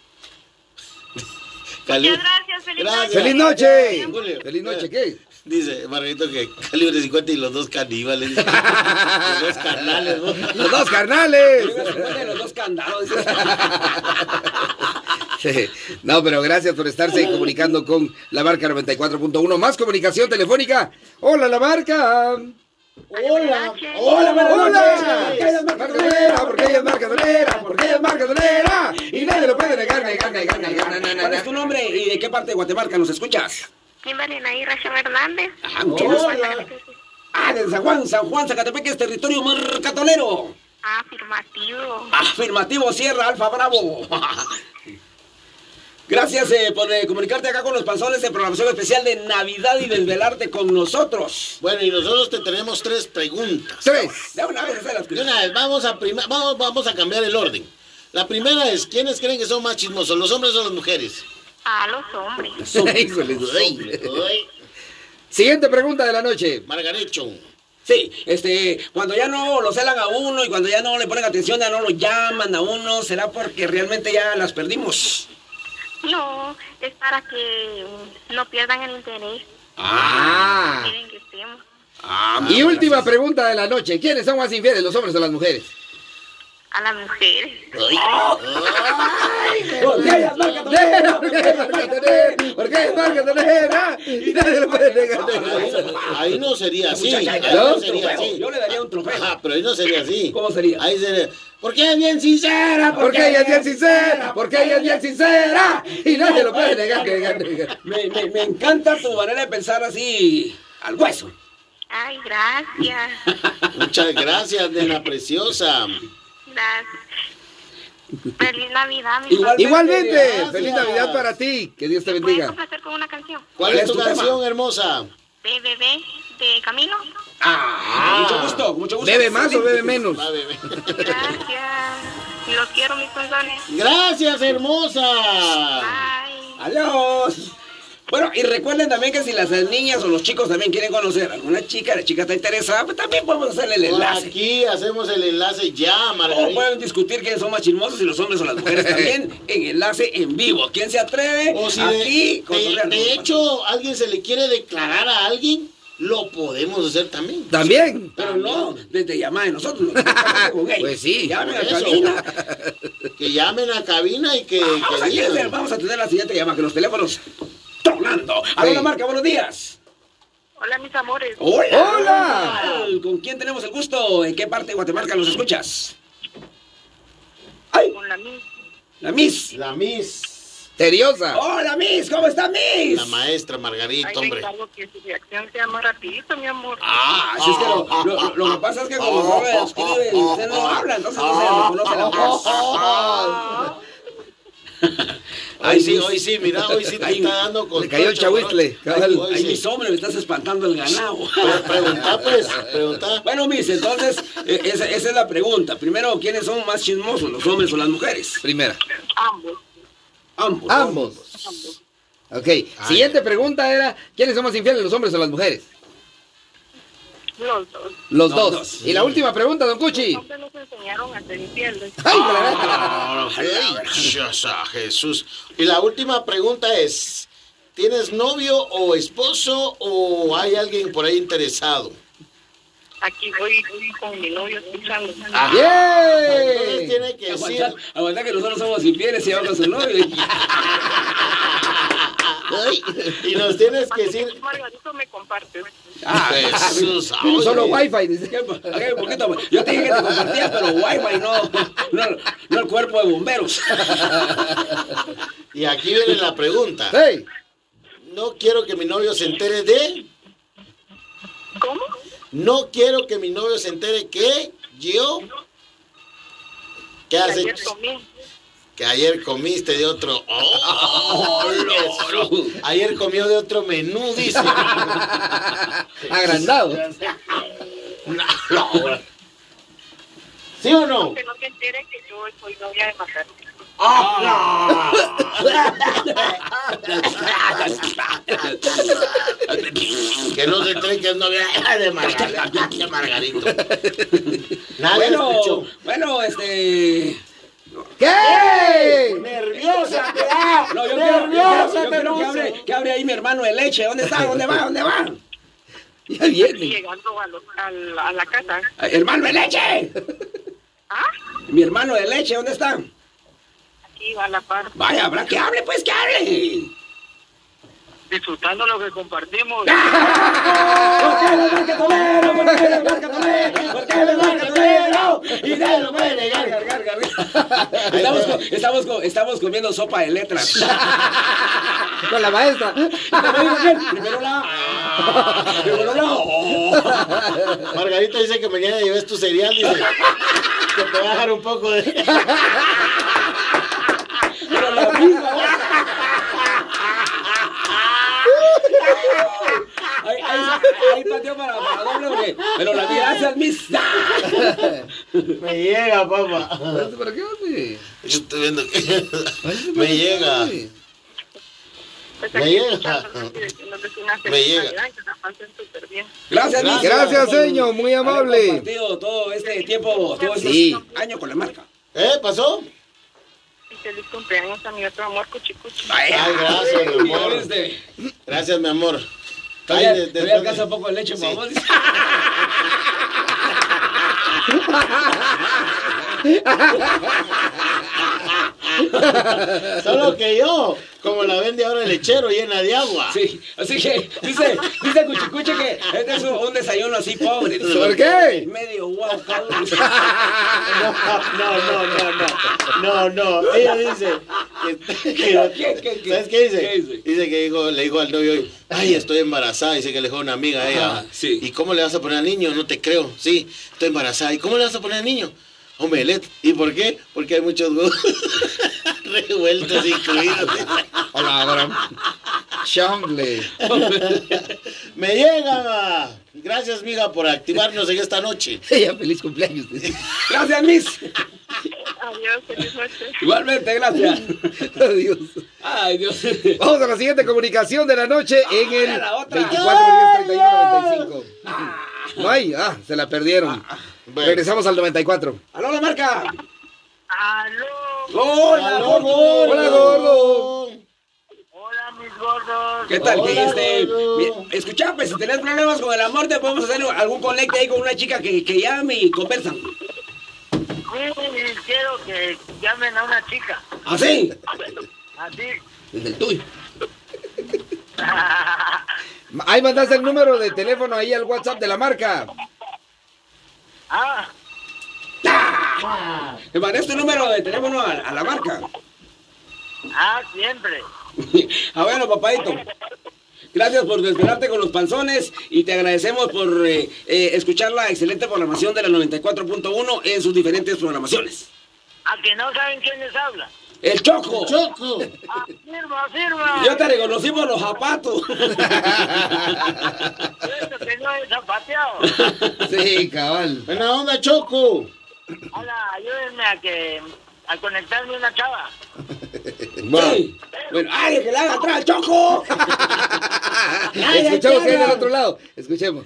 Speaker 3: Cali-
Speaker 6: Muchas gracias, feliz noche.
Speaker 4: ¡Feliz noche!
Speaker 3: Julio.
Speaker 4: ¡Feliz noche, qué!
Speaker 3: Dice Margarito que calibre 50 y los dos caníbales. dice. los dos carnales. vos.
Speaker 4: ¡Los dos carnales!
Speaker 2: de los dos candados.
Speaker 4: No, pero gracias por estarse comunicando con la marca 94.1. Más comunicación telefónica. Hola, la marca.
Speaker 3: Hola.
Speaker 4: Hola,
Speaker 2: buenas
Speaker 4: hola.
Speaker 2: noches.
Speaker 4: Porque ella es marca tonera, porque ella es marca tonera, porque ella es marca tonera. Y nadie lo puede negar, negar, negar, negar. na, na, na,
Speaker 2: ¿Cuál es
Speaker 4: na.
Speaker 2: tu nombre y de qué parte de Guatemalca nos escuchas?
Speaker 6: Mi Marina y Rachel Hernández.
Speaker 2: Ah, mucho gusto. Ah, de San Juan, San Juan, Zacatepec es territorio mercatolero.
Speaker 6: Ah, Afirmativo.
Speaker 2: Afirmativo, Sierra Alfa Bravo. Gracias eh, por eh, comunicarte acá con los panzones de programación especial de Navidad y desvelarte con nosotros.
Speaker 3: Bueno, y nosotros te tenemos tres preguntas.
Speaker 4: Tres.
Speaker 2: De una vez, esa de las
Speaker 3: De
Speaker 2: primeras.
Speaker 3: una vez, vamos a, prima- vamos, vamos a cambiar el orden. La primera es, ¿quiénes creen que son más chismosos, los hombres o las mujeres?
Speaker 6: A los hombres.
Speaker 4: Híjole, ay. Siguiente pregunta de la noche.
Speaker 3: Margarecho.
Speaker 2: Sí, este, cuando ya no lo celan a uno y cuando ya no le ponen atención, ya no lo llaman a uno, será porque realmente ya las perdimos.
Speaker 6: No, es para que mm, no pierdan el interés.
Speaker 4: Ah.
Speaker 6: Quieren que estemos.
Speaker 4: Y última pregunta de la noche. ¿Quiénes son más infieles, los hombres o las mujeres?
Speaker 6: A las mujeres.
Speaker 2: ¡Ah! Porque ellas marcan también.
Speaker 4: Porque es marca tener, porque es marca tener, ah, y nadie le puede negar
Speaker 3: Ahí,
Speaker 4: eso.
Speaker 3: ahí no sería así. Ahí
Speaker 2: Muchacha,
Speaker 3: no
Speaker 2: un
Speaker 3: sería
Speaker 2: trofeo.
Speaker 3: así.
Speaker 2: Yo le daría un trofeo.
Speaker 3: Ajá, pero ahí no sería así.
Speaker 2: ¿Cómo sería?
Speaker 3: Ahí sería. Porque es bien sincera.
Speaker 4: Porque ella es bien sincera, porque ella es bien sincera, y nadie lo puede negar que gane.
Speaker 2: Me, me, me encanta tu manera de pensar así al hueso.
Speaker 6: Ay, gracias.
Speaker 3: Muchas gracias, nena preciosa.
Speaker 6: Gracias. Feliz Navidad, mi
Speaker 2: Igual-
Speaker 6: Igual.
Speaker 4: Igualmente,
Speaker 3: Gracias.
Speaker 4: feliz Navidad para ti, que Dios te
Speaker 6: ¿Puedes
Speaker 4: bendiga.
Speaker 6: complacer con una canción?
Speaker 3: ¿Cuál es tu canción, hermosa?
Speaker 6: BBB de Camilo.
Speaker 2: Ah, mucho gusto, mucho gusto.
Speaker 4: ¿Bebe más o bebe menos?
Speaker 3: Va, bebé.
Speaker 6: Gracias. Los quiero, mis panzones.
Speaker 3: Gracias, hermosa.
Speaker 6: Bye.
Speaker 2: Adiós. Bueno, y recuerden también que si las niñas o los chicos también quieren conocer a alguna chica, la chica está interesada, pues también podemos hacerle el
Speaker 3: Por
Speaker 2: enlace.
Speaker 3: aquí hacemos el enlace ya,
Speaker 2: O
Speaker 3: Margarita.
Speaker 2: pueden discutir quiénes son más chismosos, y los hombres o las mujeres también, en enlace en vivo. ¿Quién se atreve?
Speaker 3: O si de,
Speaker 2: aquí,
Speaker 3: de-
Speaker 2: cotorrear.
Speaker 3: de hecho alguien se le quiere declarar a alguien, lo podemos hacer también.
Speaker 4: También.
Speaker 2: Pero no, desde llamada de nosotros. lo que estamos con ellos.
Speaker 4: Pues sí.
Speaker 2: Llamen a
Speaker 3: Por eso.
Speaker 2: cabina.
Speaker 3: Que llamen a cabina y que,
Speaker 2: Vamos
Speaker 3: que
Speaker 2: a, tener,
Speaker 3: digan.
Speaker 2: vamos a tener la siguiente llamada, que los teléfonos tonando. A
Speaker 4: Sí.
Speaker 2: una marca, buenos días.
Speaker 6: Hola, mis amores.
Speaker 2: Hola.
Speaker 4: Hola.
Speaker 2: ¿Con quién tenemos el gusto? ¿En qué parte de Guatemala nos escuchas? ¡Ay!
Speaker 6: Con la misma.
Speaker 2: La Miss.
Speaker 3: La Miss,
Speaker 4: Seriosa.
Speaker 2: ¡Hola, Miss! ¿Cómo está, Miss?
Speaker 3: la maestra Margarita,
Speaker 6: Ay, me
Speaker 3: hombre.
Speaker 6: encargo que su reacción sea más rapidito, mi amor.
Speaker 2: Ah, así es que lo, lo- lo- lo
Speaker 3: ah,
Speaker 2: que pasa es que como no me escribe, usted no habla, entonces no se reconoce la voz.
Speaker 3: Ah, Hoy sí,
Speaker 2: Miss.
Speaker 3: hoy sí, mira, hoy sí te
Speaker 2: Ay,
Speaker 3: está dando con.
Speaker 4: Le cayó el chahuitle. cabal.
Speaker 3: Hoy
Speaker 2: Ay,
Speaker 3: sí.
Speaker 2: mis hombres, me estás espantando el ganado.
Speaker 3: Pre- Pregunta, pues, pregunta.
Speaker 2: Bueno, Miss, entonces, eh, esa, esa es la pregunta. Primero, ¿quiénes son más chismosos, los hombres o las mujeres?
Speaker 4: Primera.
Speaker 6: Ambos.
Speaker 2: Ambos.
Speaker 4: Ambos. Ok. Siguiente pregunta era, ¿quiénes son más infieles, los hombres o las mujeres?
Speaker 6: Los dos.
Speaker 4: Los
Speaker 2: Los
Speaker 4: dos.
Speaker 2: dos.
Speaker 4: Y la última pregunta, don Cuchi.
Speaker 6: Siempre nos enseñaron a ser infieles.
Speaker 4: ¡Ay, me la gana!
Speaker 3: Ah, preciosa, Jesús. Y la última pregunta es: ¿tienes novio o esposo o hay alguien por ahí interesado?
Speaker 6: Aquí voy con mi novio escuchando.
Speaker 3: Ah. Entonces
Speaker 4: ¡Bien!
Speaker 3: tiene que decir.
Speaker 2: Aguanta, aguanta que nosotros somos infieles y ahora su novio.
Speaker 3: Ay, y nos tienes que decir.
Speaker 6: Margarito me comparte.
Speaker 3: Jesús, ay,
Speaker 4: Ah, Solo wifi, dice.
Speaker 2: Ay, poquito, pues. Yo te dije que te compartía, pero wifi no, no, no el cuerpo de bomberos.
Speaker 3: Y aquí viene la pregunta.
Speaker 4: ¡Hey!
Speaker 3: No quiero que mi novio se entere de.
Speaker 6: ¿Cómo?
Speaker 3: No quiero que mi novio se entere que yo. ¿Qué
Speaker 6: Que
Speaker 3: hace?
Speaker 6: Ayer comí.
Speaker 3: Que ayer comiste de otro. ¡Oh, Jesús!
Speaker 2: loro!
Speaker 3: ayer comió de otro menú, dice.
Speaker 4: Agrandado.
Speaker 3: ¿Sí o no?
Speaker 6: Que no se entere que yo soy novia de Margarito.
Speaker 3: Ah. Que no se entere que es novia de Margarita. De Margarito. Nadie
Speaker 2: Bueno,
Speaker 3: escuchó.
Speaker 2: bueno, este.
Speaker 4: ¿Qué?
Speaker 7: Nerviosa te da.
Speaker 2: No, yo quiero, yo
Speaker 7: Nerviosa
Speaker 2: quiero- yo
Speaker 7: te
Speaker 2: quiero que, hable, que hable ahí mi hermano de leche. ¿Dónde está? ¿Dónde va? ¿Dónde va?
Speaker 4: Ya
Speaker 6: Y
Speaker 4: viene.
Speaker 6: llegando a, los- a la, a la casa.
Speaker 2: Ay, ¡Hermano de leche!
Speaker 6: Ah,
Speaker 2: Mi hermano de leche, ¿dónde está?
Speaker 6: aquí va la par.
Speaker 2: Vaya, habrá que hable, pues que hable.
Speaker 6: Disfrutando lo que compartimos.
Speaker 2: Y nadie lo puede negar, gar, gar, gar. Estamos, co- estamos, co- estamos comiendo sopa de letras.
Speaker 4: Con la maestra.
Speaker 2: Primero la. Primero la.
Speaker 3: Margarita dice que mañana lleves tu cereal. Dice que te va a dejar un poco de.
Speaker 2: Pero la misma. yo para, para doble, porque- pero la vida hace al misa.
Speaker 8: Me llega, papá.
Speaker 4: Espérate, ¿Para qué vas, güey?
Speaker 3: Yo estoy viendo que.
Speaker 4: Espérate,
Speaker 3: Me
Speaker 4: ¿para qué
Speaker 3: llega.
Speaker 4: vas, güey?
Speaker 6: Pues
Speaker 3: Me
Speaker 6: aquí
Speaker 3: llega.
Speaker 6: estamos, ¿no? Nos vecinas
Speaker 3: Me
Speaker 6: feliz
Speaker 3: llega.
Speaker 6: Navidad, que la pasen súper bien.
Speaker 2: Gracias, Nico.
Speaker 4: Gracias, señor, muy
Speaker 2: Haber
Speaker 4: amable.
Speaker 2: compartido todo este tiempo, todo este
Speaker 4: Sí.
Speaker 2: año con la marca.
Speaker 3: ¿Eh? ¿Pasó?
Speaker 6: Y feliz cumpleaños a mi otro amor, Cuchicuchi.
Speaker 2: Ay,
Speaker 3: gracias, mi
Speaker 2: ya
Speaker 3: amor.
Speaker 2: viste.
Speaker 3: Gracias, mi amor. Ay,
Speaker 2: Todavía,
Speaker 3: de- de-
Speaker 2: todavía alcanza un poco de leche, por favor.
Speaker 3: Solo que yo, como la vende ahora el lechero, llena de agua.
Speaker 2: Sí, así que dice, dice Cuchicuche que este es un, un desayuno así pobre.
Speaker 4: ¿Por qué?
Speaker 2: Medio guau, cabrón.
Speaker 8: No, no, no, no, no, no, no. Ella dice que,
Speaker 2: ¿Qué, qué, qué?
Speaker 3: este, ¿Sabes qué dice?
Speaker 2: ¿Qué dice?
Speaker 3: Dice que dijo, le dijo al novio, ay, estoy embarazada. Dice que le dijo a una amiga a ella.
Speaker 2: Ajá, Ah, sí.
Speaker 3: ¿Y cómo le vas a poner al niño? No te creo. Sí, estoy embarazada. ¿Y cómo le vas a poner al niño? Omelet. ¿Y por qué? Porque hay muchos huevos revueltos incluidos.
Speaker 4: Hola, Abraham. Chamble.
Speaker 3: ¡Me llega! Gracias, mija, por activarnos en esta noche.
Speaker 4: Ella, feliz cumpleaños.
Speaker 2: Gracias, Miss.
Speaker 6: Adiós, feliz noche.
Speaker 2: Igualmente, gracias.
Speaker 4: Adiós.
Speaker 2: Ay, Dios.
Speaker 4: Vamos a la siguiente comunicación de la noche en el
Speaker 2: Ah, la otra.
Speaker 4: 24 No hay, ah, se la perdieron.
Speaker 3: Bueno.
Speaker 4: Regresamos al 94.
Speaker 2: ¡Aló, la marca!
Speaker 6: Aló.
Speaker 2: ¡Hola,
Speaker 3: Aló,
Speaker 2: gordo!
Speaker 4: Hola, gordo.
Speaker 6: Hola, mis gordos.
Speaker 2: ¿Qué tal?
Speaker 3: Hola,
Speaker 2: que este,
Speaker 3: gordo.
Speaker 2: mi- escuchá, pues si tenés problemas con el amor, te podemos hacer algún conecte ahí con una chica que, que llame y conversan.
Speaker 6: Sí, quiero que llamen a una chica.
Speaker 2: ¿Así?
Speaker 6: Así.
Speaker 2: ¿Ah, Desde el tuyo.
Speaker 4: Ahí mandaste el número de teléfono ahí al WhatsApp de la marca.
Speaker 6: Ah,
Speaker 2: Me mandé tu número de teléfono a, a la marca.
Speaker 6: ah, siempre.
Speaker 2: Ah, bueno, papadito. Gracias por desvelarte con los panzones y te agradecemos por eh, eh, escuchar la excelente programación de la 94.1 en sus diferentes programaciones.
Speaker 6: A que no saben quién les habla. Ah,
Speaker 2: ¡El Choco!
Speaker 3: ¡Choco!
Speaker 6: Afirma, afirma.
Speaker 2: Yo te reconocimos los zapatos.
Speaker 6: Eso que no he zapateado.
Speaker 4: Sí, cabal.
Speaker 3: ¡Buena onda, Choco!
Speaker 6: Hola, ayúdenme a que a conectarme una chava.
Speaker 2: Sí. Bueno, ¡ay, que le haga atrás, Choco!
Speaker 4: Escuchemos que hay del otro lado. Escuchemos.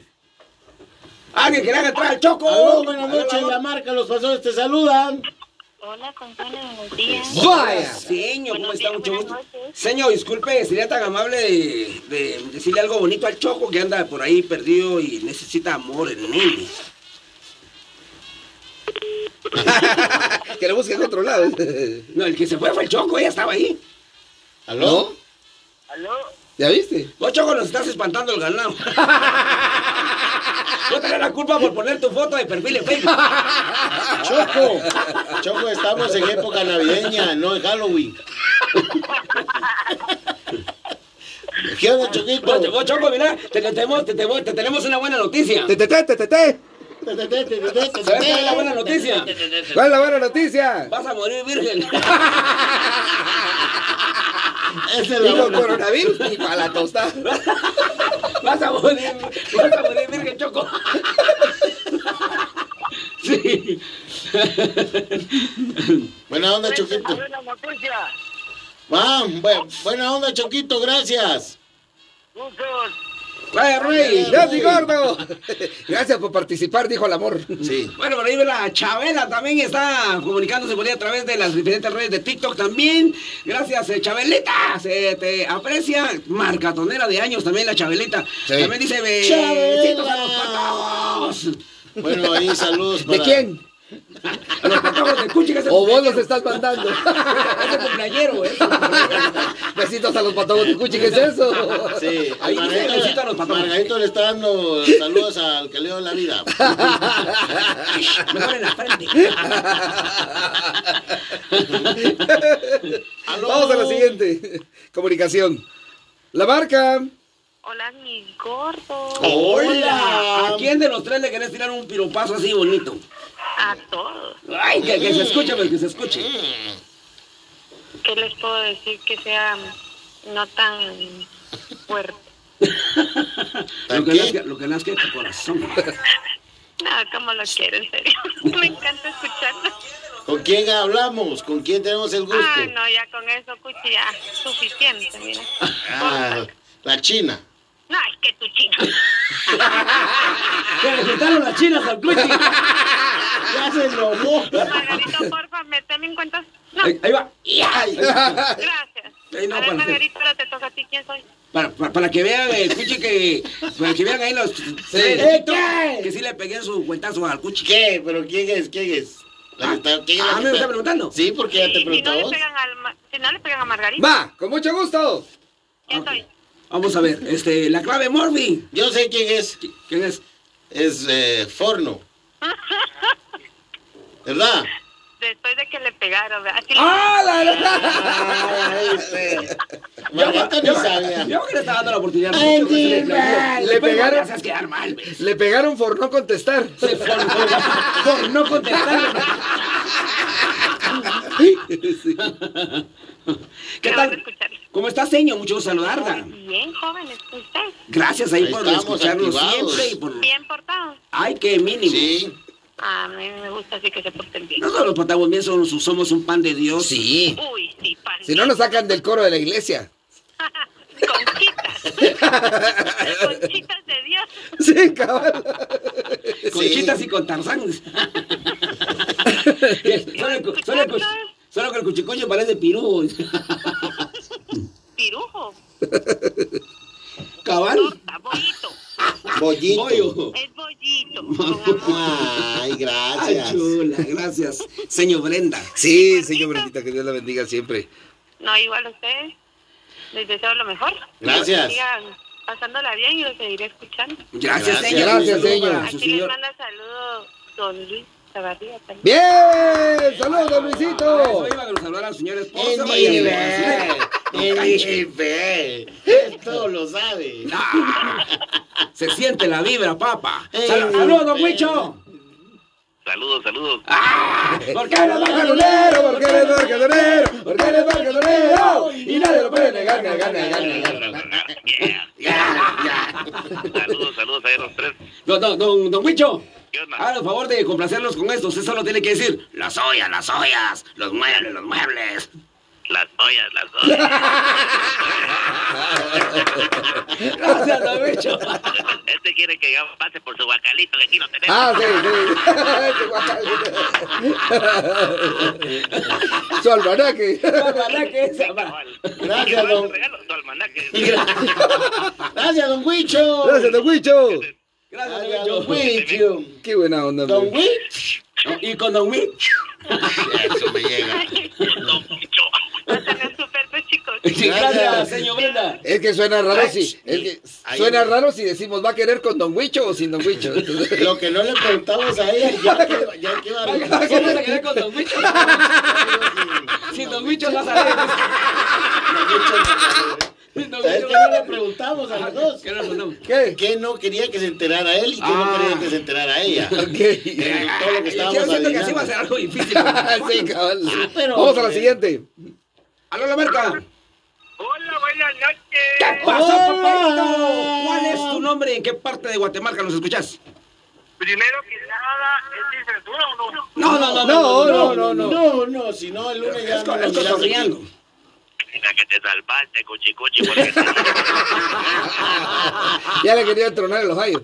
Speaker 2: ¡Alguien que le haga atrás al Choco!
Speaker 3: Aló, buenas noches, la marca, los pasadores te saludan.
Speaker 6: Hola, Consuelo, buenos días.
Speaker 4: Vaya.
Speaker 2: Señor, ¿cómo
Speaker 6: Buenos
Speaker 2: está?
Speaker 6: días,
Speaker 2: Mucho
Speaker 6: buenas
Speaker 2: gusto.
Speaker 6: noches.
Speaker 2: Señor, disculpe, sería tan amable de, de decirle algo bonito al Choco que anda por ahí perdido y necesita amor el nene.
Speaker 4: Que lo busquen en otro lado.
Speaker 2: No, el que se fue fue el Choco, ella estaba ahí.
Speaker 4: ¿Aló?
Speaker 6: Aló.
Speaker 4: ¿Ya viste?
Speaker 2: Vos, Oh, Choco, nos estás espantando el ganado. No tenés la culpa por poner tu foto de perfil en Facebook.
Speaker 3: ¡Choco! Choco, estamos en época navideña, no en Halloween. ¿Qué onda, Choquito?
Speaker 2: Vos, vos, Oh, Choco, mirá, te, te- te- te- te tenemos una buena noticia.
Speaker 4: Te, te, te, te, te, te.
Speaker 2: ¿Sabes cuál es la buena noticia?
Speaker 4: ¿Cuál es la buena noticia?
Speaker 2: Vas a morir virgen.
Speaker 3: Esa es la
Speaker 4: Y con
Speaker 3: buena.
Speaker 4: coronavirus y para la tostada.
Speaker 2: Vas a morir, vas a morir virgen, Choco. Sí.
Speaker 3: Buena onda, Choquito.
Speaker 6: Buena noticia.
Speaker 3: Ah, bu- buena onda, Choquito, gracias.
Speaker 6: Gustos.
Speaker 2: Vaya, Rey.
Speaker 4: ¡Ya, sí, gordo! Gracias por participar, dijo el amor.
Speaker 3: Sí.
Speaker 2: Bueno, por ahí la Chabela también está comunicándose por ahí a través de las diferentes redes de TikTok también. Gracias, eh, Chabelita. Se te aprecia. Marcatonera de años también la Chabelita.
Speaker 4: Sí.
Speaker 2: También dice
Speaker 3: Chabela.
Speaker 2: besitos a los patojos.
Speaker 3: Bueno, ahí saludos para...
Speaker 4: ¿De quién?
Speaker 2: A los patojos de Cuchi que es el
Speaker 4: ¿O vos los
Speaker 2: cumpleañero.
Speaker 4: estás mandando?
Speaker 2: Es el cumpleañero, ¿eh?
Speaker 4: Besitos a los patogos de Cuchi, ¿qué es eso?
Speaker 3: Sí,
Speaker 2: Ahí dice,
Speaker 3: Margarito,
Speaker 2: besito a los patojos.
Speaker 3: Margarito le está dando saludos al que leo la vida.
Speaker 2: Mejor en la frente.
Speaker 3: Aló.
Speaker 4: Vamos a la siguiente comunicación. La marca.
Speaker 6: Hola, mis gordos.
Speaker 3: Oh. Hola.
Speaker 2: ¿A quién de los tres le querés tirar un piropazo así bonito?
Speaker 6: A todos.
Speaker 2: Ay, que, que se escuche, pues, que se escuche.
Speaker 9: um,
Speaker 6: ¿Qué les puedo decir que sea no tan fuerte?
Speaker 2: Lo que
Speaker 3: ¿Qué?
Speaker 2: nazca, lo que nazca de tu corazón.
Speaker 9: No, como lo quiero, en serio. Me encanta escucharlo.
Speaker 3: ¿Con quién hablamos? ¿Con quién tenemos el gusto?
Speaker 9: Ah, no, ya con eso, Cuchi, ya suficiente, mira.
Speaker 3: Ah, la China.
Speaker 9: No, es que tu chico.
Speaker 2: ¡Que le gustaron las chinas al Cuchi!
Speaker 3: Ya se enojó.
Speaker 9: Margarito, porfa, méteme en cuenta. No,
Speaker 2: Ahí, ahí va.
Speaker 3: Ay,
Speaker 9: gracias.
Speaker 2: Ahí no,
Speaker 9: a ver,
Speaker 2: para-
Speaker 9: Margarito, ahora te toca a ti, ¿quién soy?
Speaker 2: Para, para, para que vean, eh, Cuchi, que. Para que vean ahí los.
Speaker 3: ¿Eh,
Speaker 2: Que sí le pegué su cuentazo al Cuchi.
Speaker 3: ¿Qué? ¿Pero quién es? ¿Quién es? La que está- ¿quién es la
Speaker 2: Ah,
Speaker 3: que
Speaker 2: ¿me está preguntando?
Speaker 3: Sí, porque ya
Speaker 9: Si-
Speaker 3: te
Speaker 9: si,
Speaker 3: preguntó
Speaker 9: no
Speaker 3: a
Speaker 9: le
Speaker 3: vos.
Speaker 9: pegan al ma- si no le pegan a Margarito,
Speaker 4: Va, con mucho gusto.
Speaker 9: ¿quién soy?
Speaker 2: Vamos a ver, este, la clave Morbi.
Speaker 3: Yo sé quién es.
Speaker 2: ¿Qui- ¿Quién es?
Speaker 3: Es eh, Forno. ¿Verdad?
Speaker 9: Después de que le pegaron, ¿verdad? Así le-
Speaker 2: ¡Ah, la verdad!
Speaker 3: Ay, este.
Speaker 2: Yo, yo,
Speaker 3: Margarita ni sabía.
Speaker 2: yo que le estaba dando la oportunidad.
Speaker 3: Ay,
Speaker 2: mucho, le- le-
Speaker 3: Diva.
Speaker 2: Le pegaron.
Speaker 4: pegaron.
Speaker 2: haces quedar mal, güey.
Speaker 4: Le pegaron por no contestar.
Speaker 2: Se formó por no contestar.
Speaker 4: Sí.
Speaker 2: ¿Qué
Speaker 9: Me van a
Speaker 2: tal?
Speaker 9: escuchar.
Speaker 2: ¿Cómo estás, señor? Mucho gusto saludarla.
Speaker 9: Bien, jóvenes, usted.
Speaker 2: Gracias ahí,
Speaker 3: Ahí
Speaker 2: por
Speaker 3: estamos,
Speaker 2: escucharnos
Speaker 3: activados.
Speaker 2: siempre y por.
Speaker 9: Bien portado. Ah,
Speaker 2: Ay, qué mínimo.
Speaker 3: Sí.
Speaker 9: A mí me gusta así que se porten bien.
Speaker 2: Nosotros los portamos bien, somos, somos un pan de Dios.
Speaker 4: Sí.
Speaker 9: Uy, sí, pan.
Speaker 4: Si no, nos sacan del coro de la iglesia.
Speaker 9: Conchitas. Conchitas de Dios.
Speaker 4: Sí, cabal.
Speaker 2: Con
Speaker 3: Sí.
Speaker 2: chitas y con tarzán. solo, el cu- solo el cu- solo que el cuchicucho parece pirú.
Speaker 9: Pirujo.
Speaker 2: Cabal.
Speaker 9: Torta, bollito.
Speaker 3: Bollito.
Speaker 2: Pollo.
Speaker 9: Es bollito. con amor.
Speaker 3: Ay,
Speaker 2: Ay,
Speaker 3: gracias.
Speaker 2: chula, gracias. Señor Brenda.
Speaker 4: Sí, señor Brendita, que Dios la bendiga siempre.
Speaker 9: No, igual a ustedes. Les deseo lo mejor.
Speaker 3: Gracias.
Speaker 9: Que sigan pasándola bien y los seguiré escuchando.
Speaker 2: Gracias, señor.
Speaker 3: Gracias,
Speaker 4: gracias,
Speaker 2: Saludo
Speaker 4: señor.
Speaker 2: para
Speaker 9: Aquí
Speaker 2: su
Speaker 9: les
Speaker 2: señor.
Speaker 9: manda saludos don Luis Zavarría también.
Speaker 4: Bien, saludos, don
Speaker 2: Eso
Speaker 4: Luisito.
Speaker 2: iba a saludar a su señor
Speaker 3: El
Speaker 2: esposa. vaya,
Speaker 3: nivel.
Speaker 2: señora.
Speaker 3: El nivel. Esto lo sabe.
Speaker 2: Ah, Se siente la vibra, papa.
Speaker 3: Ey,
Speaker 2: Sal- Saludos, don Huicho.
Speaker 5: Saludos, saludos.
Speaker 4: Ah,
Speaker 2: Ah, ¿Por qué no baja el
Speaker 4: Marcadonero, porque eres marcadonero, porque eres marcadonero. Y nadie lo puede negar, negar, negar, negar.
Speaker 5: Yeah. Saludos, saludos a los tres.
Speaker 2: Don, don, don, don Huicho.
Speaker 5: ¿Qué onda?
Speaker 2: Haga el favor de complacerlos con esto. Usted solo tiene que decir las ollas, las ollas, los muebles, los muebles.
Speaker 5: Las ollas, las ollas.
Speaker 2: Gracias, don Huicho.
Speaker 5: Este quiere que yo pase por su bacalito, que aquí lo tenemos.
Speaker 4: Ah, sí, sí. Su almanaque.
Speaker 2: Ojalá que esa, va.
Speaker 3: Gracias,
Speaker 5: Quiero ver
Speaker 3: don-
Speaker 5: su regalo, su almanaque.
Speaker 3: Gracias, don Huicho.
Speaker 4: Gracias, don Huicho.
Speaker 2: Gracias,
Speaker 3: Gracias,
Speaker 2: don
Speaker 3: don
Speaker 2: Huicho.
Speaker 3: Huicho.
Speaker 4: Qué buena onda,
Speaker 3: Don
Speaker 4: hombre.
Speaker 3: Huicho.
Speaker 2: Y con don Huicho.
Speaker 3: Eso me llega.
Speaker 9: Pasen súper, pues, chicos.
Speaker 2: Sí, gracias, señor Brenda.
Speaker 4: Es que suena raro si, es que
Speaker 3: Ahí
Speaker 4: suena
Speaker 3: está.
Speaker 4: raro si decimos va a querer con Don Huicho o sin Don Huicho. Entonces,
Speaker 3: Lo que no le preguntamos a ella, ya que, ya que iba a
Speaker 2: ¿Cómo
Speaker 3: reconocer.
Speaker 2: se quedó con don Huicho? Si don Huicho no sale. Si don
Speaker 3: Es
Speaker 2: Huicho
Speaker 3: que
Speaker 2: no
Speaker 3: no le
Speaker 2: sale.
Speaker 3: preguntamos a los dos.
Speaker 2: ¿Qué nos mandamos?
Speaker 4: ¿Qué?
Speaker 3: ¿Qué no quería que se enterara él y qué
Speaker 2: Ah.
Speaker 3: no quería que se enterara ella?
Speaker 4: Ah. Ok.
Speaker 3: Eh, Todo lo
Speaker 2: Yo
Speaker 3: que estábamos
Speaker 2: siento que así va a
Speaker 3: adivinando.
Speaker 2: ser algo difícil.
Speaker 4: sí, cabal.
Speaker 3: pero-
Speaker 4: Vamos a la siguiente.
Speaker 2: ¡Aló, la marca!
Speaker 5: Hola, buenas
Speaker 2: ¿Qué
Speaker 5: noches.
Speaker 2: pasó,
Speaker 3: Hola.
Speaker 2: papadito? ¿Cuál es tu nombre y en qué parte de Guatemala nos escuchas?
Speaker 5: Primero que nada, ¿es sin censura o no?
Speaker 2: No, no, no,
Speaker 4: No, no, no, no.
Speaker 3: No, no, si no, el lunes ya
Speaker 2: Es
Speaker 3: no
Speaker 2: co-
Speaker 3: nos
Speaker 2: es
Speaker 3: miras aquí.
Speaker 2: cotorreando.
Speaker 5: Mira que te salvaste, cuchi, cuchi, porque
Speaker 4: Ya le quería tronar el Ohio.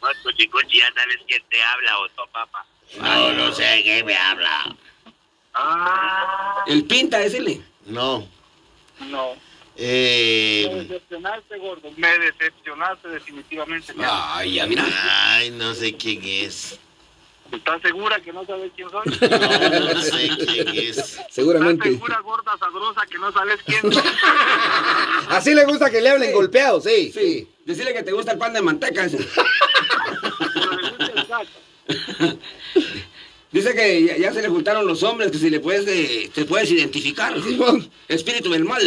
Speaker 5: Vos, cuchi, cuchi, ya sabes quién te habla, o tu papá.
Speaker 3: No, no sé qué me habla.
Speaker 5: Ah,
Speaker 2: El pinta, decirle.
Speaker 3: No.
Speaker 5: no.
Speaker 3: Eh,
Speaker 5: decepcionaste, gordo. Me decepcionaste definitivamente.
Speaker 2: Ay, ya, mira.
Speaker 3: ay, no sé quién es.
Speaker 5: ¿Estás segura que no sabes quién soy?
Speaker 3: No, no sé quién es.
Speaker 5: ¿Estás
Speaker 4: Seguramente.
Speaker 2: Ah,
Speaker 5: segura, gorda, sabrosa, que no sabes quién soy?
Speaker 4: Así le gusta que le hablen golpeado, sí.
Speaker 2: Sí. Decirle que te gusta el pan de manteca. ese.
Speaker 5: Pero le gusta el saco.
Speaker 2: Dice que ya, ya se le juntaron los hombres, que si le puedes, eh, te puedes identificar.
Speaker 4: Simón.
Speaker 2: Espíritu del mal.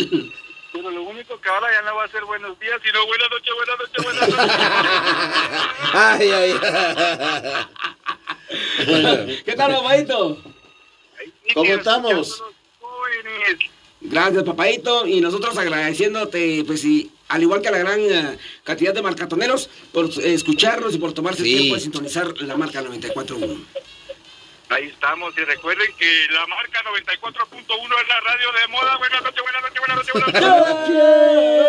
Speaker 5: Pero lo único que ahora ya no va a ser buenos días, sino buenas noches, buenas noches, buenas noches.
Speaker 4: Ay, ay, ay.
Speaker 2: ¿Qué tal, papadito?
Speaker 3: ¿Cómo
Speaker 5: Sigue
Speaker 3: estamos?
Speaker 5: escuchándonos, jóvenes.
Speaker 2: Gracias, papadito. Y nosotros agradeciéndote, pues, y al igual que a la gran eh, cantidad de marcatoneros, por eh, escucharnos y por tomarse
Speaker 4: Sí.
Speaker 2: el tiempo de sintonizar la marca 94.1.
Speaker 5: Ahí estamos, y recuerden que la marca 94.1 es la radio de moda. Buenas noches, buenas noches, buenas noches, buenas noches.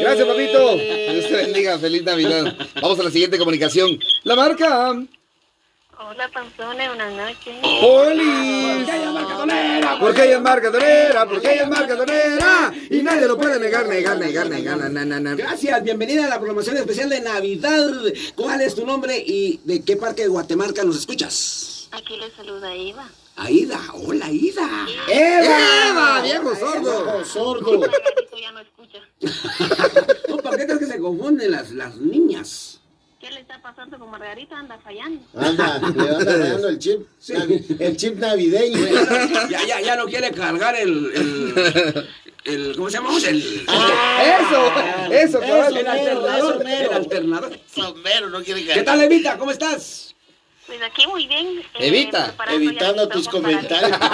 Speaker 4: Gracias, papito. Dios te bendiga. Feliz Navidad. Vamos a la siguiente comunicación. La marca.
Speaker 9: Hola, Panzone, buenas noches.
Speaker 4: Polis. Porque ella es marca tonera. Porque ella es marca tonera. Y nadie lo puede negar, negar, negar, negar. na, na, na.
Speaker 2: Gracias, bienvenida a la programación especial de Navidad. ¿Cuál es tu nombre y de qué parte de Guatemala nos escuchas?
Speaker 9: Aquí le saluda Iva.
Speaker 2: Aida, hola Aida.
Speaker 4: ¡Eva! ¡Eva! ¡Viejo sordo!
Speaker 3: Viejo sordo.
Speaker 9: Margarito ya no escucha.
Speaker 2: No, ¿Por qué crees que se confunden las, las niñas?
Speaker 9: ¿Qué le está pasando con Margarita? Anda fallando.
Speaker 3: Anda, le van dando el chip. navi- El chip navideño. eh.
Speaker 2: Ya, ya, ya no quiere cargar el, el, el- ¿cómo se llama? El,
Speaker 4: ¡Eso! ¡Eso,
Speaker 2: el,
Speaker 4: cabal!
Speaker 2: alternador. El alternador.
Speaker 10: Sombrero, no quiere
Speaker 2: ¿Qué
Speaker 10: ganar.
Speaker 2: tal, Evita? ¿Cómo estás?
Speaker 9: Pues aquí muy bien. eh,
Speaker 4: Evita,
Speaker 9: preparando ya
Speaker 10: Evitando
Speaker 9: los
Speaker 10: tus
Speaker 9: ojos para-
Speaker 10: comentarios.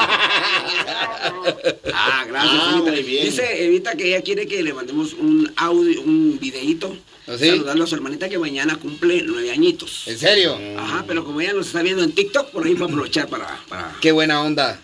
Speaker 2: Ah, gracias,
Speaker 10: Ah,
Speaker 2: Evita.
Speaker 10: muy bien.
Speaker 2: Dice Evita que ella quiere que le mandemos un audio, un videíto.
Speaker 4: ¿Ah, sí?
Speaker 2: Saludando a su hermanita que mañana cumple nueve añitos.
Speaker 4: ¿En serio?
Speaker 2: Ajá, pero como ella nos está viendo en TikTok, por ahí va a aprovechar para, para...
Speaker 4: ¡Qué buena onda!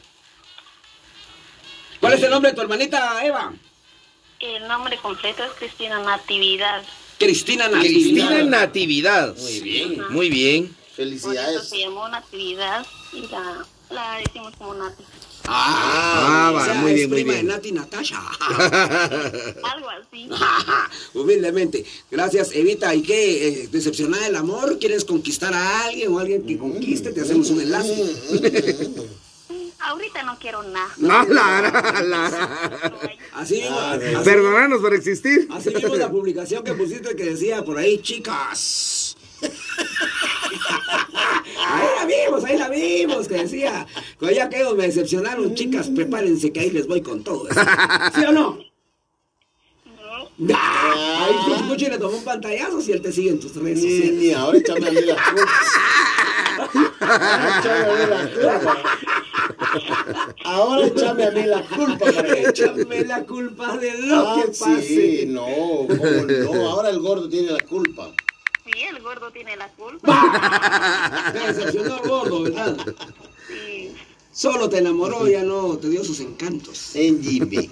Speaker 2: ¿Cuál es el nombre de tu hermanita, Eva?
Speaker 9: El nombre completo es Cristina Natividad.
Speaker 2: Cristina Natividad.
Speaker 4: Cristina Natividad.
Speaker 10: Muy bien.
Speaker 4: Muy bien.
Speaker 9: Por eso se
Speaker 10: Felicidades.
Speaker 9: llamó Natividad y la, la decimos como Nati.
Speaker 2: Ah,
Speaker 4: Ah, va,
Speaker 2: o sea,
Speaker 4: muy
Speaker 2: es
Speaker 4: bien, muy
Speaker 2: prima
Speaker 4: bien.
Speaker 2: de Nati Natasha.
Speaker 9: Algo así.
Speaker 2: Humildemente. Gracias, Evita. ¿Y qué? eh, ¿Decepcionada del amor? ¿Quieres conquistar a alguien o alguien
Speaker 4: Mm.
Speaker 2: que conquiste? Te hacemos un enlace.
Speaker 9: Ahorita no quiero nada.
Speaker 4: No, Lara, Lara.
Speaker 9: Pero ahí-
Speaker 2: Así vimos,
Speaker 4: Ah,
Speaker 2: así,
Speaker 4: Perdónanos por existir.
Speaker 2: así vimos la publicación que pusiste que decía por ahí, chicas. ahí la vimos, ahí la vimos, que decía. Con ya que me decepcionaron, chicas, prepárense que ahí les voy con todo. ¿Sí o no?
Speaker 9: No,
Speaker 2: ¡Ah! Ahí tu escucha y le tomó un pantallazo si él te sigue en tus redes
Speaker 3: Ni,
Speaker 2: sociales.
Speaker 3: ni ahora échame a mí la culpa. Ahora échame a mí la culpa. Ahora échame a mí la culpa. Para
Speaker 2: Échame la culpa de lo
Speaker 3: Ah,
Speaker 2: que pase.
Speaker 3: sí, no, cómo no. Ahora el gordo tiene la culpa.
Speaker 9: sí, el gordo tiene la culpa.
Speaker 2: Me decepcionó gordo, ¿verdad?
Speaker 9: Sí.
Speaker 2: Solo te enamoró, ya no te dio sus encantos.
Speaker 3: En Jimmy.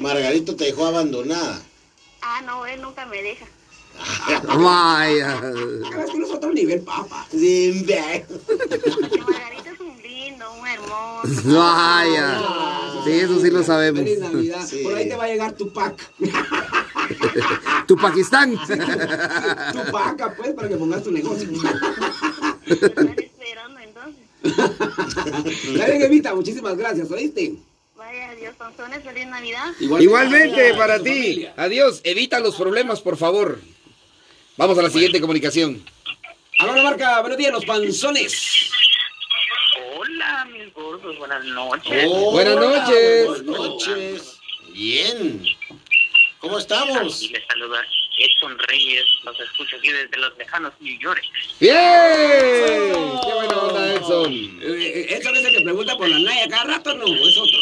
Speaker 3: Margarito te dejó abandonada.
Speaker 9: Ah, no, él nunca me deja.
Speaker 4: Vaya.
Speaker 2: Cada que uno es otro nivel, papá.
Speaker 3: Jimbe.
Speaker 9: Porque Margarita es un lindo, un hermoso.
Speaker 4: Vaya. Sí, eso sí lo sabemos.
Speaker 2: Feliz Navidad.
Speaker 3: Sí.
Speaker 2: Por ahí te va a llegar tu pack.
Speaker 4: Tu Pakistán.
Speaker 2: Tu pack, pues, para que pongas tu negocio.
Speaker 9: Me están esperando entonces.
Speaker 2: Está bien, Evita, muchísimas gracias, ¿oíste?
Speaker 9: Vaya, adiós, panzones, feliz Navidad.
Speaker 4: Igualmente
Speaker 2: Gracias a
Speaker 4: para
Speaker 2: tu
Speaker 4: ti.
Speaker 2: familia.
Speaker 4: Adiós. Evita los problemas, por favor. Vamos a la siguiente comunicación.
Speaker 2: Ahora la marca, buenos días, los panzones.
Speaker 6: Hola, mis gordos, buenas noches.
Speaker 4: Buenas
Speaker 3: Buenas
Speaker 4: noches.
Speaker 3: noches.
Speaker 10: Bien. ¿Cómo estamos?
Speaker 6: Y les saluda Edson Reyes, los escucho aquí desde los lejanos New York.
Speaker 4: Bien. Qué buena onda, Edson.
Speaker 2: Eh, eh, Edson es el que pregunta por la Naya cada rato, no, es otro.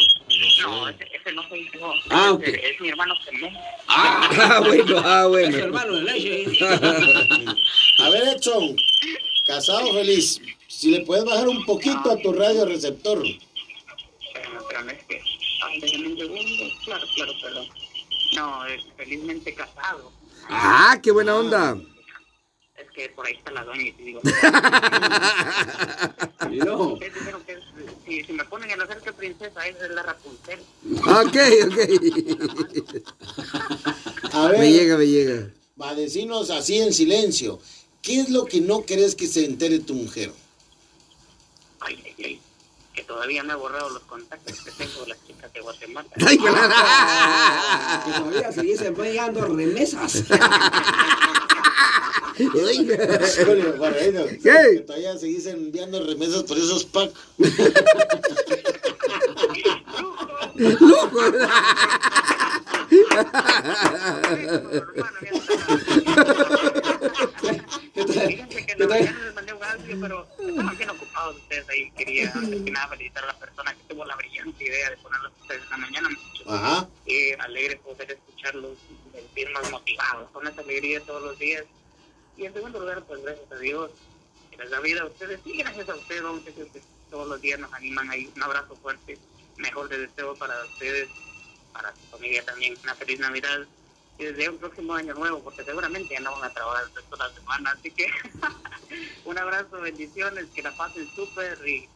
Speaker 6: No, ese, ese no soy yo,
Speaker 2: Ah,
Speaker 6: Ese
Speaker 2: ok.
Speaker 6: es mi hermano Fernando.
Speaker 4: Ah, bueno, ah,
Speaker 2: Es
Speaker 4: bueno.
Speaker 2: hermano de leche.
Speaker 3: A ver, Edson. Casado feliz. Si le puedes bajar un poquito a tu radio receptor.
Speaker 6: Pero no es que... Ay, déjenme un segundo. Claro, claro, perdón. No, es felizmente casado.
Speaker 4: Ah, qué buena onda.
Speaker 6: Es que por ahí está la doña y te digo...
Speaker 2: Y no.
Speaker 6: Ustedes dijeron que es, si, si me ponen en hacer que princesa, esa es la Rapunzel.
Speaker 4: Ok, ok.
Speaker 3: A ver.
Speaker 4: Me llega, me llega.
Speaker 3: Va, decinos así en silencio. ¿Qué es lo que no crees que se entere tu mujer?
Speaker 6: Ay, ay, ay. Que todavía no he borrado los contactos que tengo de las chicas de Guatemala.
Speaker 4: Ay, claro.
Speaker 2: Que todavía seguís enviando remesas.
Speaker 3: Bueno, para ello,
Speaker 4: ¿Qué?
Speaker 3: que Todavía seguís enviando remesas por esos packs.
Speaker 6: hermano, ya está.
Speaker 2: ¿Qué tal?
Speaker 6: Fíjense que
Speaker 2: ¿Qué
Speaker 6: la
Speaker 2: tal?
Speaker 6: mañana les mandé un audio, pero estaban bien ocupados ustedes ahí. quería
Speaker 11: y antes que nada felicitar a la persona que tuvo la brillante idea de poner las ustedes en la mañana. muchachos.
Speaker 9: Ajá.
Speaker 11: Eh, alegre poder escucharlos y sentirnos motivados con esa alegría todos los días. Y en segundo lugar, pues gracias a Dios que les da vida a ustedes y gracias a ustedes, don Checho, que todos los días nos animan ahí. Un abrazo fuerte, mejor de deseo para ustedes, para su familia también. Una feliz Navidad y desde un próximo año nuevo, porque seguramente ya no van a trabajar el resto de la semana. Así que un abrazo, bendiciones, que la pasen súper y,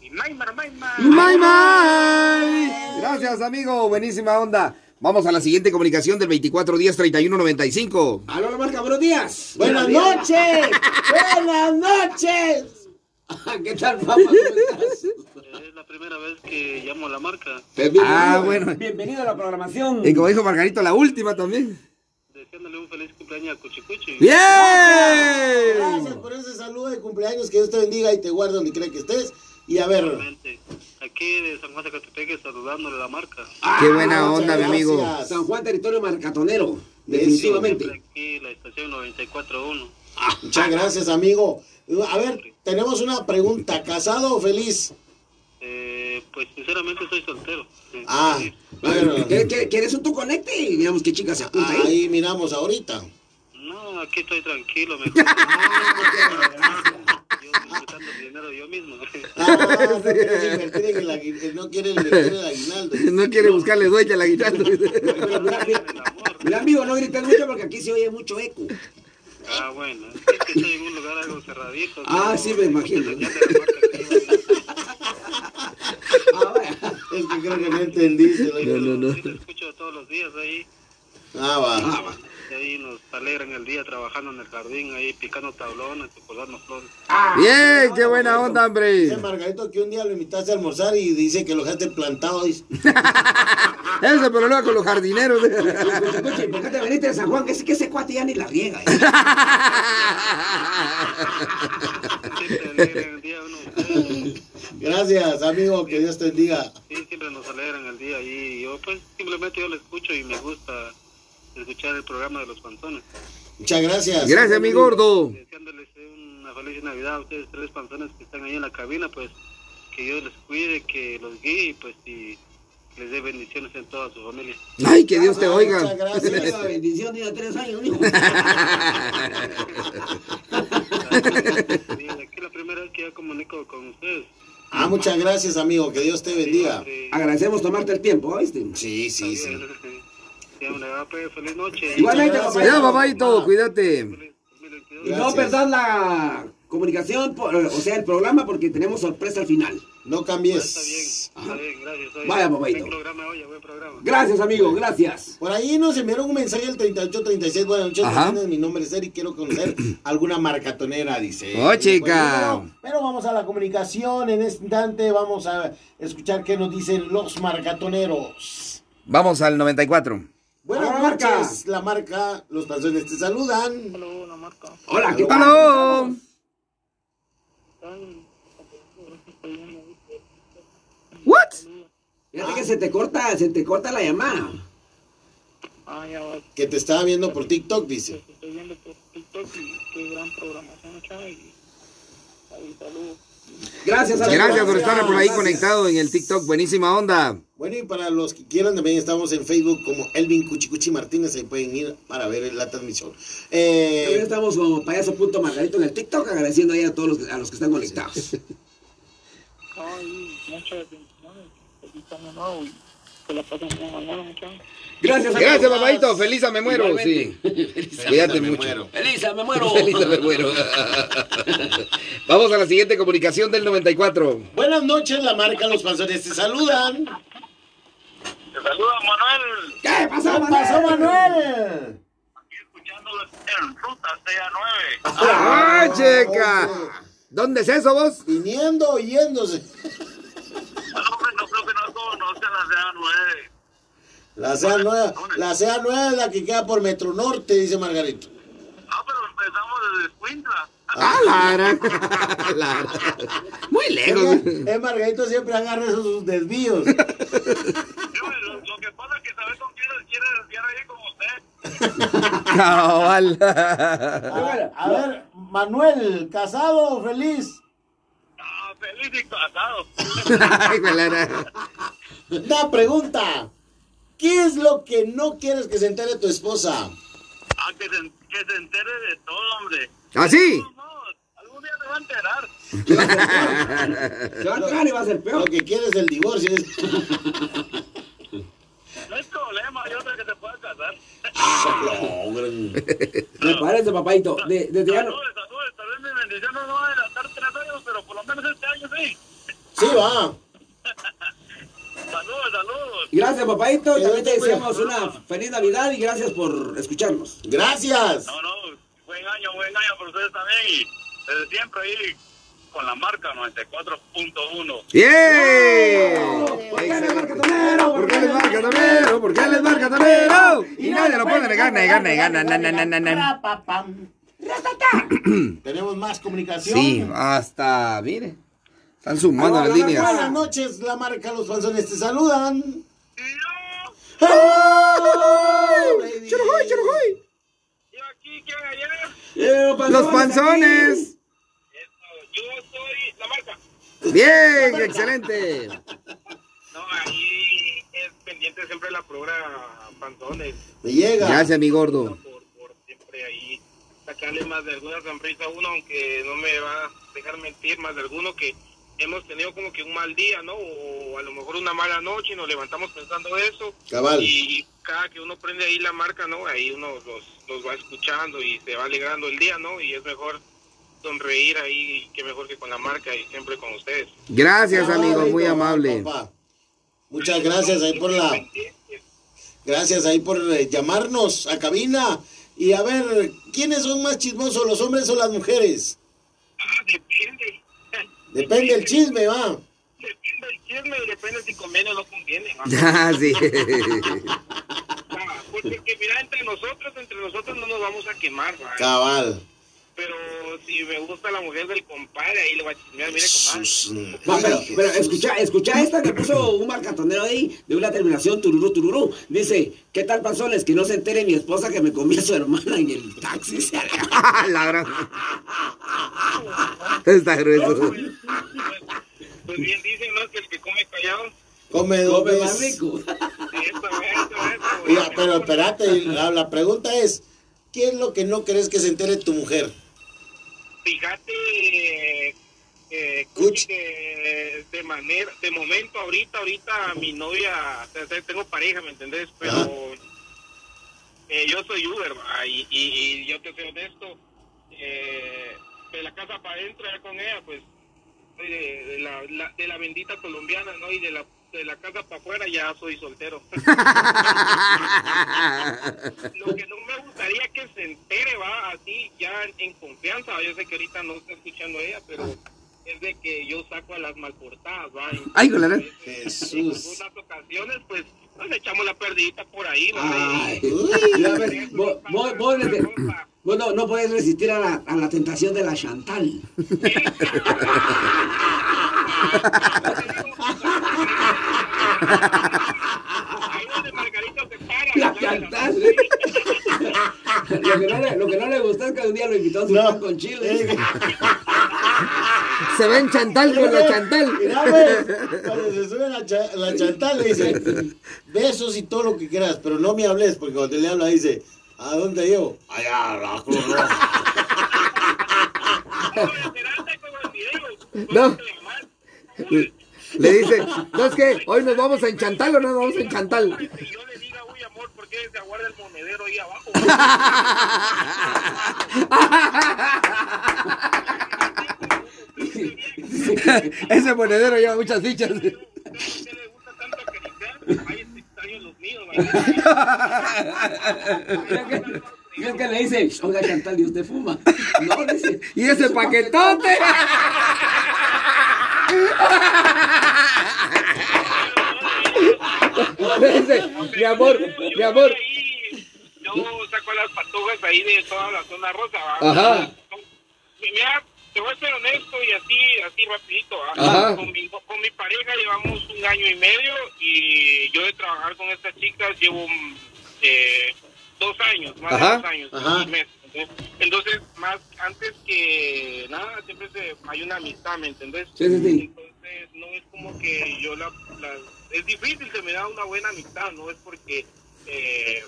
Speaker 11: y maima, maima.
Speaker 4: ¡May, may! Gracias, amigo. Buenísima onda. Vamos a la siguiente comunicación del 2410-3195.
Speaker 2: Aló, la marca, buenos días.
Speaker 3: Buenas noches. Buenas noches.
Speaker 2: ¿Qué tal, papá? ¿Cómo estás?
Speaker 5: Es la primera vez que llamo a la marca.
Speaker 4: Ah, bueno.
Speaker 2: Bienvenido a la programación.
Speaker 4: Y como dijo Margarito, la última también.
Speaker 5: Deseándole un feliz cumpleaños a Cuchicuchi.
Speaker 3: Gracias
Speaker 4: ¡Bien!
Speaker 3: por ese saludo de cumpleaños. Que Dios te bendiga y te guarde donde quiera que estés. Y a ver.
Speaker 5: Realmente, Aquí de San Juan Zacatepec saludándole a la marca.
Speaker 4: ¡Qué buena onda, mi
Speaker 3: muchas
Speaker 4: amigo!
Speaker 3: gracias.
Speaker 2: Ah, San Juan, territorio marcatonero. Definitivamente.
Speaker 5: Siempre Aquí la estación 94.1.
Speaker 3: Muchas gracias, amigo. A ver, tenemos una pregunta. ¿Casado o feliz?
Speaker 5: Eh, pues sinceramente soy soltero. Eh,
Speaker 3: Ah, bueno.
Speaker 2: ¿Quieres- ¿Quieres quieres un tu conecte? Y miramos qué chicas se apunta ahí.
Speaker 3: Ahí miramos ahorita.
Speaker 5: No, aquí estoy tranquilo, mejor. yo disfrutando el dinero yo mismo.
Speaker 3: Ah, no quieres invertir en el agui- no quiere invertir en el aguinaldo.
Speaker 4: No quiere buscarle dueña la guitarra.
Speaker 2: Pero mira, mira,
Speaker 5: El amor.
Speaker 2: mira, amigo, no grites mucho porque aquí se oye mucho eco.
Speaker 5: Ah, bueno. Es que estoy en un lugar algo cerradito.
Speaker 2: Ah,
Speaker 5: pero-
Speaker 2: sí, me imagino.
Speaker 5: Ya te recuerdo
Speaker 2: Ah, vaya.
Speaker 3: Es que creo que no entendiste. lo que-
Speaker 5: que
Speaker 4: no, no.
Speaker 5: Sí, lo escucho todos los días ahí.
Speaker 3: Ah, va.
Speaker 5: Y ahí nos alegran el día trabajando en el jardín, ahí picando tablones, colgando flores.
Speaker 4: ¡Bien! ¡Qué buena
Speaker 3: Dice
Speaker 4: onda, hombre!
Speaker 3: Margarito que un día lo invitaste a almorzar y dice que lo dejaste plantado. dice.
Speaker 4: Ese problema con los jardineros.
Speaker 2: Escucha, escucha, ¿y ¿por qué te veniste de San Juan? Que ese, que ese cuate ya ni la riega. ¿eh?
Speaker 5: Siempre alegran el día uno. ustedes.
Speaker 3: Gracias, amigo. Que Dios te bendiga.
Speaker 5: Sí, siempre nos alegran el día ahí. Yo, pues, simplemente yo lo escucho y me gusta escuchar el programa de los panzones.
Speaker 3: Muchas gracias.
Speaker 4: Gracias, mi gordo.
Speaker 5: deseándoles una feliz Navidad a ustedes tres panzones que están ahí en la cabina, pues que Dios les cuide, que los guíe y pues y les dé bendiciones en toda su familia.
Speaker 4: ¡Ay, que Dios te
Speaker 3: Ah,
Speaker 4: oiga!
Speaker 3: Muchas gracias.
Speaker 2: La bendición de tres años, hijo.
Speaker 5: Y aquí la primera vez que ya comunico con ustedes. Este,
Speaker 3: Ah, muchas gracias, amigo. Que Dios te bendiga.
Speaker 5: Siempre-
Speaker 2: Agradecemos tomarte el tiempo, ¿oíste?
Speaker 3: Sí, sí, sí.
Speaker 5: Ya, una verdad, pues, feliz noche.
Speaker 2: Igualmente,
Speaker 3: Muchas
Speaker 2: compañero.
Speaker 4: Ya, babaito, cuídate.
Speaker 5: Feliz 2022.
Speaker 2: Y no
Speaker 3: Gracias.
Speaker 2: perdás la comunicación, por- o sea, el programa, porque tenemos sorpresa al final.
Speaker 3: No
Speaker 5: Está bien,
Speaker 3: cambies.
Speaker 5: está bien, gracias. oye.
Speaker 2: Vaya, papaito.
Speaker 5: Buen programa, oye, buen programa.
Speaker 2: Gracias, amigo, gracias.
Speaker 3: Por ahí nos enviaron un mensaje al 3836. Buenas noches,
Speaker 4: Ajá.
Speaker 3: Martínez, mi nombre es Eric. Quiero conocer alguna marcatonera, dice.
Speaker 4: Oh, chica.
Speaker 3: Bueno, pero vamos a la comunicación. En este instante vamos a escuchar qué nos dicen los marcatoneros.
Speaker 4: Vamos al 94.
Speaker 3: Buenas
Speaker 2: Hola,
Speaker 3: noches,
Speaker 2: marca.
Speaker 3: la marca. Los panzones te saludan.
Speaker 11: Hola, Marco.
Speaker 2: Hola, ¿qué tal?
Speaker 4: ¡Hola! ¿What?
Speaker 2: Fíjate que se te corta, se te corta la llamada.
Speaker 11: Ah, ya va,
Speaker 3: Que te estaba viendo por TikTok, dice.
Speaker 11: estoy viendo por TikTok y qué gran programación, chaval. y- Ahí, saludos.
Speaker 2: Gracias, amigo.
Speaker 4: Gracias por estar por ahí
Speaker 2: Gracias.
Speaker 4: conectado en el TikTok. Buenísima onda.
Speaker 3: Bueno, y para los que quieran, también estamos en Facebook como Elvin Cuchicuchi Martínez. Ahí pueden ir para ver la transmisión.
Speaker 2: También
Speaker 3: Eh,
Speaker 2: estamos como payaso punto margarito en el TikTok, agradeciendo ahí a todos los, a los que están conectados.
Speaker 11: Ay, muchas bendiciones. Feliz año nuevo y que la pasen bien mañana, muchachos.
Speaker 2: Gracias, amigo.
Speaker 4: Gracias, babaito. Feliz a me muero. Sí.
Speaker 2: Igualmente.
Speaker 4: Cuídate
Speaker 9: Me
Speaker 4: mucho.
Speaker 9: muero.
Speaker 2: Elisa, me muero.
Speaker 4: Feliz a me muero. Vamos a la siguiente comunicación del 94.
Speaker 3: buenas noches, la marca. Los panzones te saludan.
Speaker 5: Te saluda Manuel,
Speaker 2: ¿Qué pasó,
Speaker 3: ¿Qué pasó, Manuel?
Speaker 5: aquí escuchándolos en Ruta CA9.
Speaker 4: ¡Ah, checa! ¿Dónde es eso vos?
Speaker 3: Viniendo, oyéndose.
Speaker 5: hombre, no creo que no conozcan la CA9.
Speaker 3: La sea nueva, la sea nueva es la que queda por Metro Norte, dice Margarito.
Speaker 5: Ah, pero empezamos desde Cuintra.
Speaker 4: ¡Ah, Lara! Lara. Muy lejos.
Speaker 3: Eh, Margarito siempre agarra esos sus desvíos.
Speaker 5: Lo, lo que pasa es que sabes con quién les quiere desviar ahí como usted.
Speaker 4: Cabal.
Speaker 3: A, a ver, Manuel, ¿casado o feliz?
Speaker 5: Ah, feliz
Speaker 12: feliz y casado.
Speaker 4: Ay, Belana.
Speaker 3: Una pregunta. ¿Qué es lo que no quieres que se entere tu esposa?
Speaker 12: Ah, que se, que se entere de todo, hombre.
Speaker 4: ¿Así?
Speaker 12: No, no, algún día se va a enterar.
Speaker 2: Se va a enterar y va a ser
Speaker 3: Lo
Speaker 2: peor.
Speaker 3: que quieres el divorcio. es-
Speaker 12: No hay problema, yo sé que se puede casar.
Speaker 2: Me parece, papadito. De- desde ya no-
Speaker 12: Saludos, saludos, tal vez mi bendición no va a adelantar tres años, pero por lo menos este año sí.
Speaker 3: Sí, va.
Speaker 12: Saludos, saludos.
Speaker 2: Gracias, papadito.
Speaker 3: Cuídate,
Speaker 2: También te
Speaker 3: pues.
Speaker 2: deseamos una feliz Navidad y gracias por escucharnos.
Speaker 3: Gracias.
Speaker 12: No, no, buen año, buen año para ustedes también y desde siempre ahí con la marca 94.1.
Speaker 4: ¡Bien!
Speaker 2: ¿Por qué le marca
Speaker 4: Excelente.
Speaker 2: Tomero?
Speaker 4: ¿Por qué les marca Tamero? ¿Por qué les marca Tamero? Y nadie lo puede negar, negar, negar, na, na, na, na, na, na.
Speaker 3: Rapapam. Tenemos más comunicación.
Speaker 4: Sí, hasta, mire. Están sumando
Speaker 2: Aló,
Speaker 4: las
Speaker 2: aló,
Speaker 4: líneas.
Speaker 3: Buenas noches, la marca Los Panzones te saludan.
Speaker 12: Yo,
Speaker 3: ¡Oh, baby!
Speaker 4: Churujuy, churujuy.
Speaker 12: yo aquí, ¿quién allá?
Speaker 2: Eh,
Speaker 4: ¡Los
Speaker 2: aquí.
Speaker 4: panzones!
Speaker 12: Eso, Yo soy la marca.
Speaker 4: ¡Bien! ¡Excelente!
Speaker 12: No, ahí es pendiente siempre la programa Pantones.
Speaker 3: Me llega.
Speaker 4: Gracias, mi gordo.
Speaker 12: por, por siempre ahí sacarle más de alguna sonrisa a uno, aunque no me va a dejar mentir más de alguno que hemos tenido como que un mal día, ¿no? O a lo mejor una mala noche y nos levantamos pensando eso.
Speaker 3: Cabal.
Speaker 12: Y, y cada que uno prende ahí la marca, ¿no? Ahí uno los, los va escuchando y se va alegrando el día, ¿no? Y es mejor sonreír ahí, que mejor que con la marca y siempre con ustedes.
Speaker 4: Gracias, amigo. Muy
Speaker 3: Ay, no,
Speaker 4: amable.
Speaker 3: papá. Muchas gracias ahí por la. Gracias ahí por eh, llamarnos a cabina. Y a ver, ¿quiénes son más chismosos, los hombres o las mujeres?
Speaker 12: Ah, depende.
Speaker 3: Depende el chisme, va.
Speaker 12: Depende del chisme y depende si conviene o no conviene. ¿no?
Speaker 4: Ah, sí.
Speaker 12: Ah, Porque que mira, entre nosotros, entre nosotros no nos vamos a quemar, ¿va?
Speaker 3: Cabal.
Speaker 12: pero si me gusta la mujer del compadre, ahí le voy a chismear, mire
Speaker 3: Sus-
Speaker 12: compadre.
Speaker 2: Va, pero,
Speaker 3: Mira,
Speaker 2: pero escucha, escucha esta que puso un marcatonero ahí de una terminación tururú tururú. Dice, ¿qué tal panzones? Que no se entere mi esposa que me comí a su hermana en el taxi.
Speaker 4: Ladrón. Ah, Está grueso.
Speaker 12: Pues bien dicen, ¿no? Que el que come callado,
Speaker 3: Come dos
Speaker 2: Come más
Speaker 3: veces.
Speaker 2: rico.
Speaker 12: esto, esto, esto.
Speaker 3: Mira, pero espérate, la, la pregunta es, ¿qué es lo que no querés que se entere tu mujer?
Speaker 12: Fíjate, eh, eh,
Speaker 3: Cuch.
Speaker 12: que de manera, de momento, ahorita, ahorita mi novia, o sea, tengo pareja, ¿me entendés?
Speaker 3: Ajá.
Speaker 12: Pero eh, yo soy Uber, va, y, y, y yo te soy honesto, eh, de la casa para adentro, ya con ella, pues, soy de, de la, la- de la bendita colombiana, ¿no? Y de la, de la casa para afuera ya soy soltero. Lo que no me gustaría que se entere, va, así ya en confianza. Yo sé que ahorita no está escuchando ella, pero es de que yo saco a las malportadas, va. En-
Speaker 4: Ay, Golarán.
Speaker 12: En
Speaker 3: Jesús.
Speaker 12: algunas ocasiones, pues, nos echamos la perdidita por ahí, va.
Speaker 2: Ay,
Speaker 12: Y-
Speaker 2: mira, pues, vos, vos, vos le- vos no, no podés resistir a la, a la tentación de la Chantal.
Speaker 12: Ahí donde Margarita se para,
Speaker 2: La
Speaker 12: ¿verdad?
Speaker 2: Chantal. Lo que no le, lo que no le gustó es que un día lo invitó a su
Speaker 3: No.
Speaker 2: pan con chile.
Speaker 4: Se ven chantal con la chantal.
Speaker 3: Mira, ves, cuando se sube la, cha- la chantal le dice, besos y todo lo que quieras, pero no me hables, porque cuando le habla dice, ¿a dónde llevo? Allá, a la Cruz Roja.
Speaker 4: No. Le dice, ¿no es que hoy nos vamos a enchantar o no nos vamos a enchantar?
Speaker 12: Que yo le diga, uy, amor, ¿por qué se aguarda el monedero ahí abajo?
Speaker 4: Ese monedero lleva muchas fichas.
Speaker 12: ¿Por qué le gusta tanto acariciar? Ay, este extraño los míos, ¿verdad?
Speaker 2: Mira que, mira que le dice, oiga Chantal, ¿y usted fuma? No, le dice.
Speaker 4: Y ese
Speaker 2: "Es un
Speaker 4: paquetote. Le dice, mi amor, mi amor.
Speaker 12: Ahí, Yo saco las patujas ahí de toda la zona rosa, ¿va?
Speaker 4: Ajá.
Speaker 12: Mira, te voy a ser honesto y así, así rapidito, ¿va?
Speaker 4: Ajá.
Speaker 12: Con, mi, con mi pareja llevamos un año y medio y yo de trabajar con estas chicas llevo mm, eh, dos años, más
Speaker 4: Ajá.
Speaker 12: de dos años,
Speaker 3: Ajá.
Speaker 12: dos meses. ¿sí? Entonces, más antes que nada, siempre se- hay una amistad, ¿me entendés?
Speaker 2: Sí, sí, sí.
Speaker 12: Entonces, no es como que yo la, la- Es difícil que me da una buena amistad, no es porque... eh,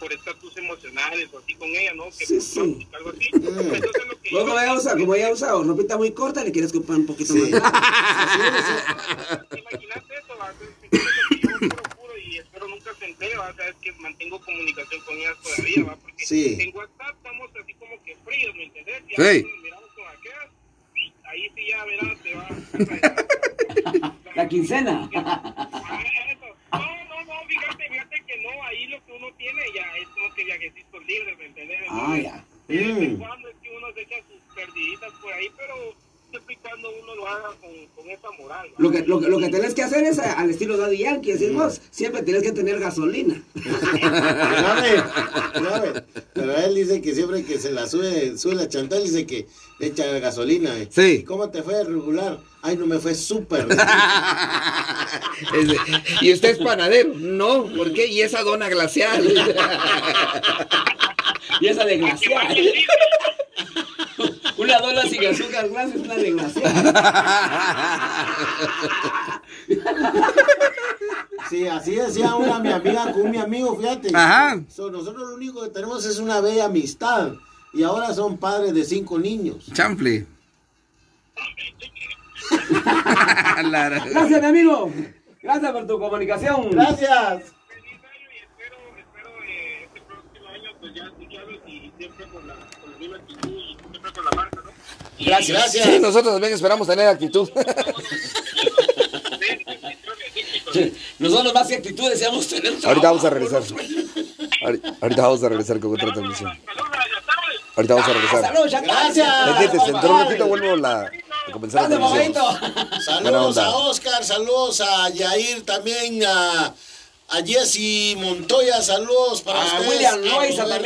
Speaker 12: por estatus emocionales o así con ella, ¿no? Que pues,
Speaker 2: Sí,
Speaker 12: por
Speaker 2: sí.
Speaker 12: plática, algo así. Entonces lo que
Speaker 2: Vos
Speaker 12: yo-
Speaker 2: como ella usa, como ella usa o ropita muy corta, le quieres comprar un poquito
Speaker 3: Sí.
Speaker 2: más.
Speaker 12: Imagínate eso, va, entonces, yo procuro y espero nunca se entere, va, o sea, es que mantengo comunicación con ellas todavía, va, porque
Speaker 3: Sí.
Speaker 12: en WhatsApp estamos así como que fríos, ¿me entendés? Y
Speaker 4: Sí.
Speaker 12: ahí nos miramos con aquellas, y ahí sí ya verás, te va.
Speaker 2: La quincena.
Speaker 12: Ah, eso. No, no, no, fíjate, fíjate que no, ahí lo que uno tiene ya es como que viajecitos libres, ¿me entendés?
Speaker 2: Ah, ya.
Speaker 12: De vez en
Speaker 3: Mm.
Speaker 12: cuando es que uno se echa sus perdiditas por ahí, pero siempre y cuando uno lo haga con, con esa moral. ¿va?
Speaker 2: Lo que, lo, que- lo que tenés que hacer es a- al estilo Daddy Yankee, decir vos, siempre tenés que tener gasolina.
Speaker 3: Grave, grave. Pero él dice que siempre que se la sube, sube la chantal, dice que le echa gasolina. eh.
Speaker 4: Sí.
Speaker 3: ¿Y ¿Cómo te fue regular? Ay, no me fue súper.
Speaker 4: Es de- y usted es panadero. No, ¿por qué? Y esa dona glacial.
Speaker 2: Y esa desgraciada. una dona sin azúcar, glass es una desgraciada.
Speaker 3: Sí, así decía una mi amiga con mi amigo, fíjate.
Speaker 4: Ajá.
Speaker 3: So, nosotros lo único que tenemos es una bella amistad. Y ahora son padres de cinco niños.
Speaker 4: Chanfle. Lara.
Speaker 2: Gracias, mi amigo. Gracias por tu comunicación.
Speaker 3: Gracias.
Speaker 12: Feliz año y espero, espero eh, este próximo año pues ya escucharlos y siempre con la, con la misma actitud y siempre con la marca, ¿no?
Speaker 3: Gracias.
Speaker 4: Sí, nosotros también esperamos tener actitud.
Speaker 2: Nosotros más que actitud deseamos tener
Speaker 4: Ahorita vamos a regresar. Ahorita, ahorita vamos a regresar con otra transmisión. Ahorita vamos a regresar.
Speaker 2: Saludos, chacal.
Speaker 3: Gracias.
Speaker 4: Pendientes, dentro de un ratito vuelvo la, a comenzar la
Speaker 2: Gracias,
Speaker 4: transmisión.
Speaker 2: papayito.
Speaker 4: Buena
Speaker 3: Saludos
Speaker 4: onda.
Speaker 3: a Oscar, saludos a Yair también, a, a Jesse Montoya, saludos para
Speaker 2: A
Speaker 3: ustedes.
Speaker 2: William
Speaker 3: a
Speaker 2: Loaiza
Speaker 3: Roberto.
Speaker 2: también.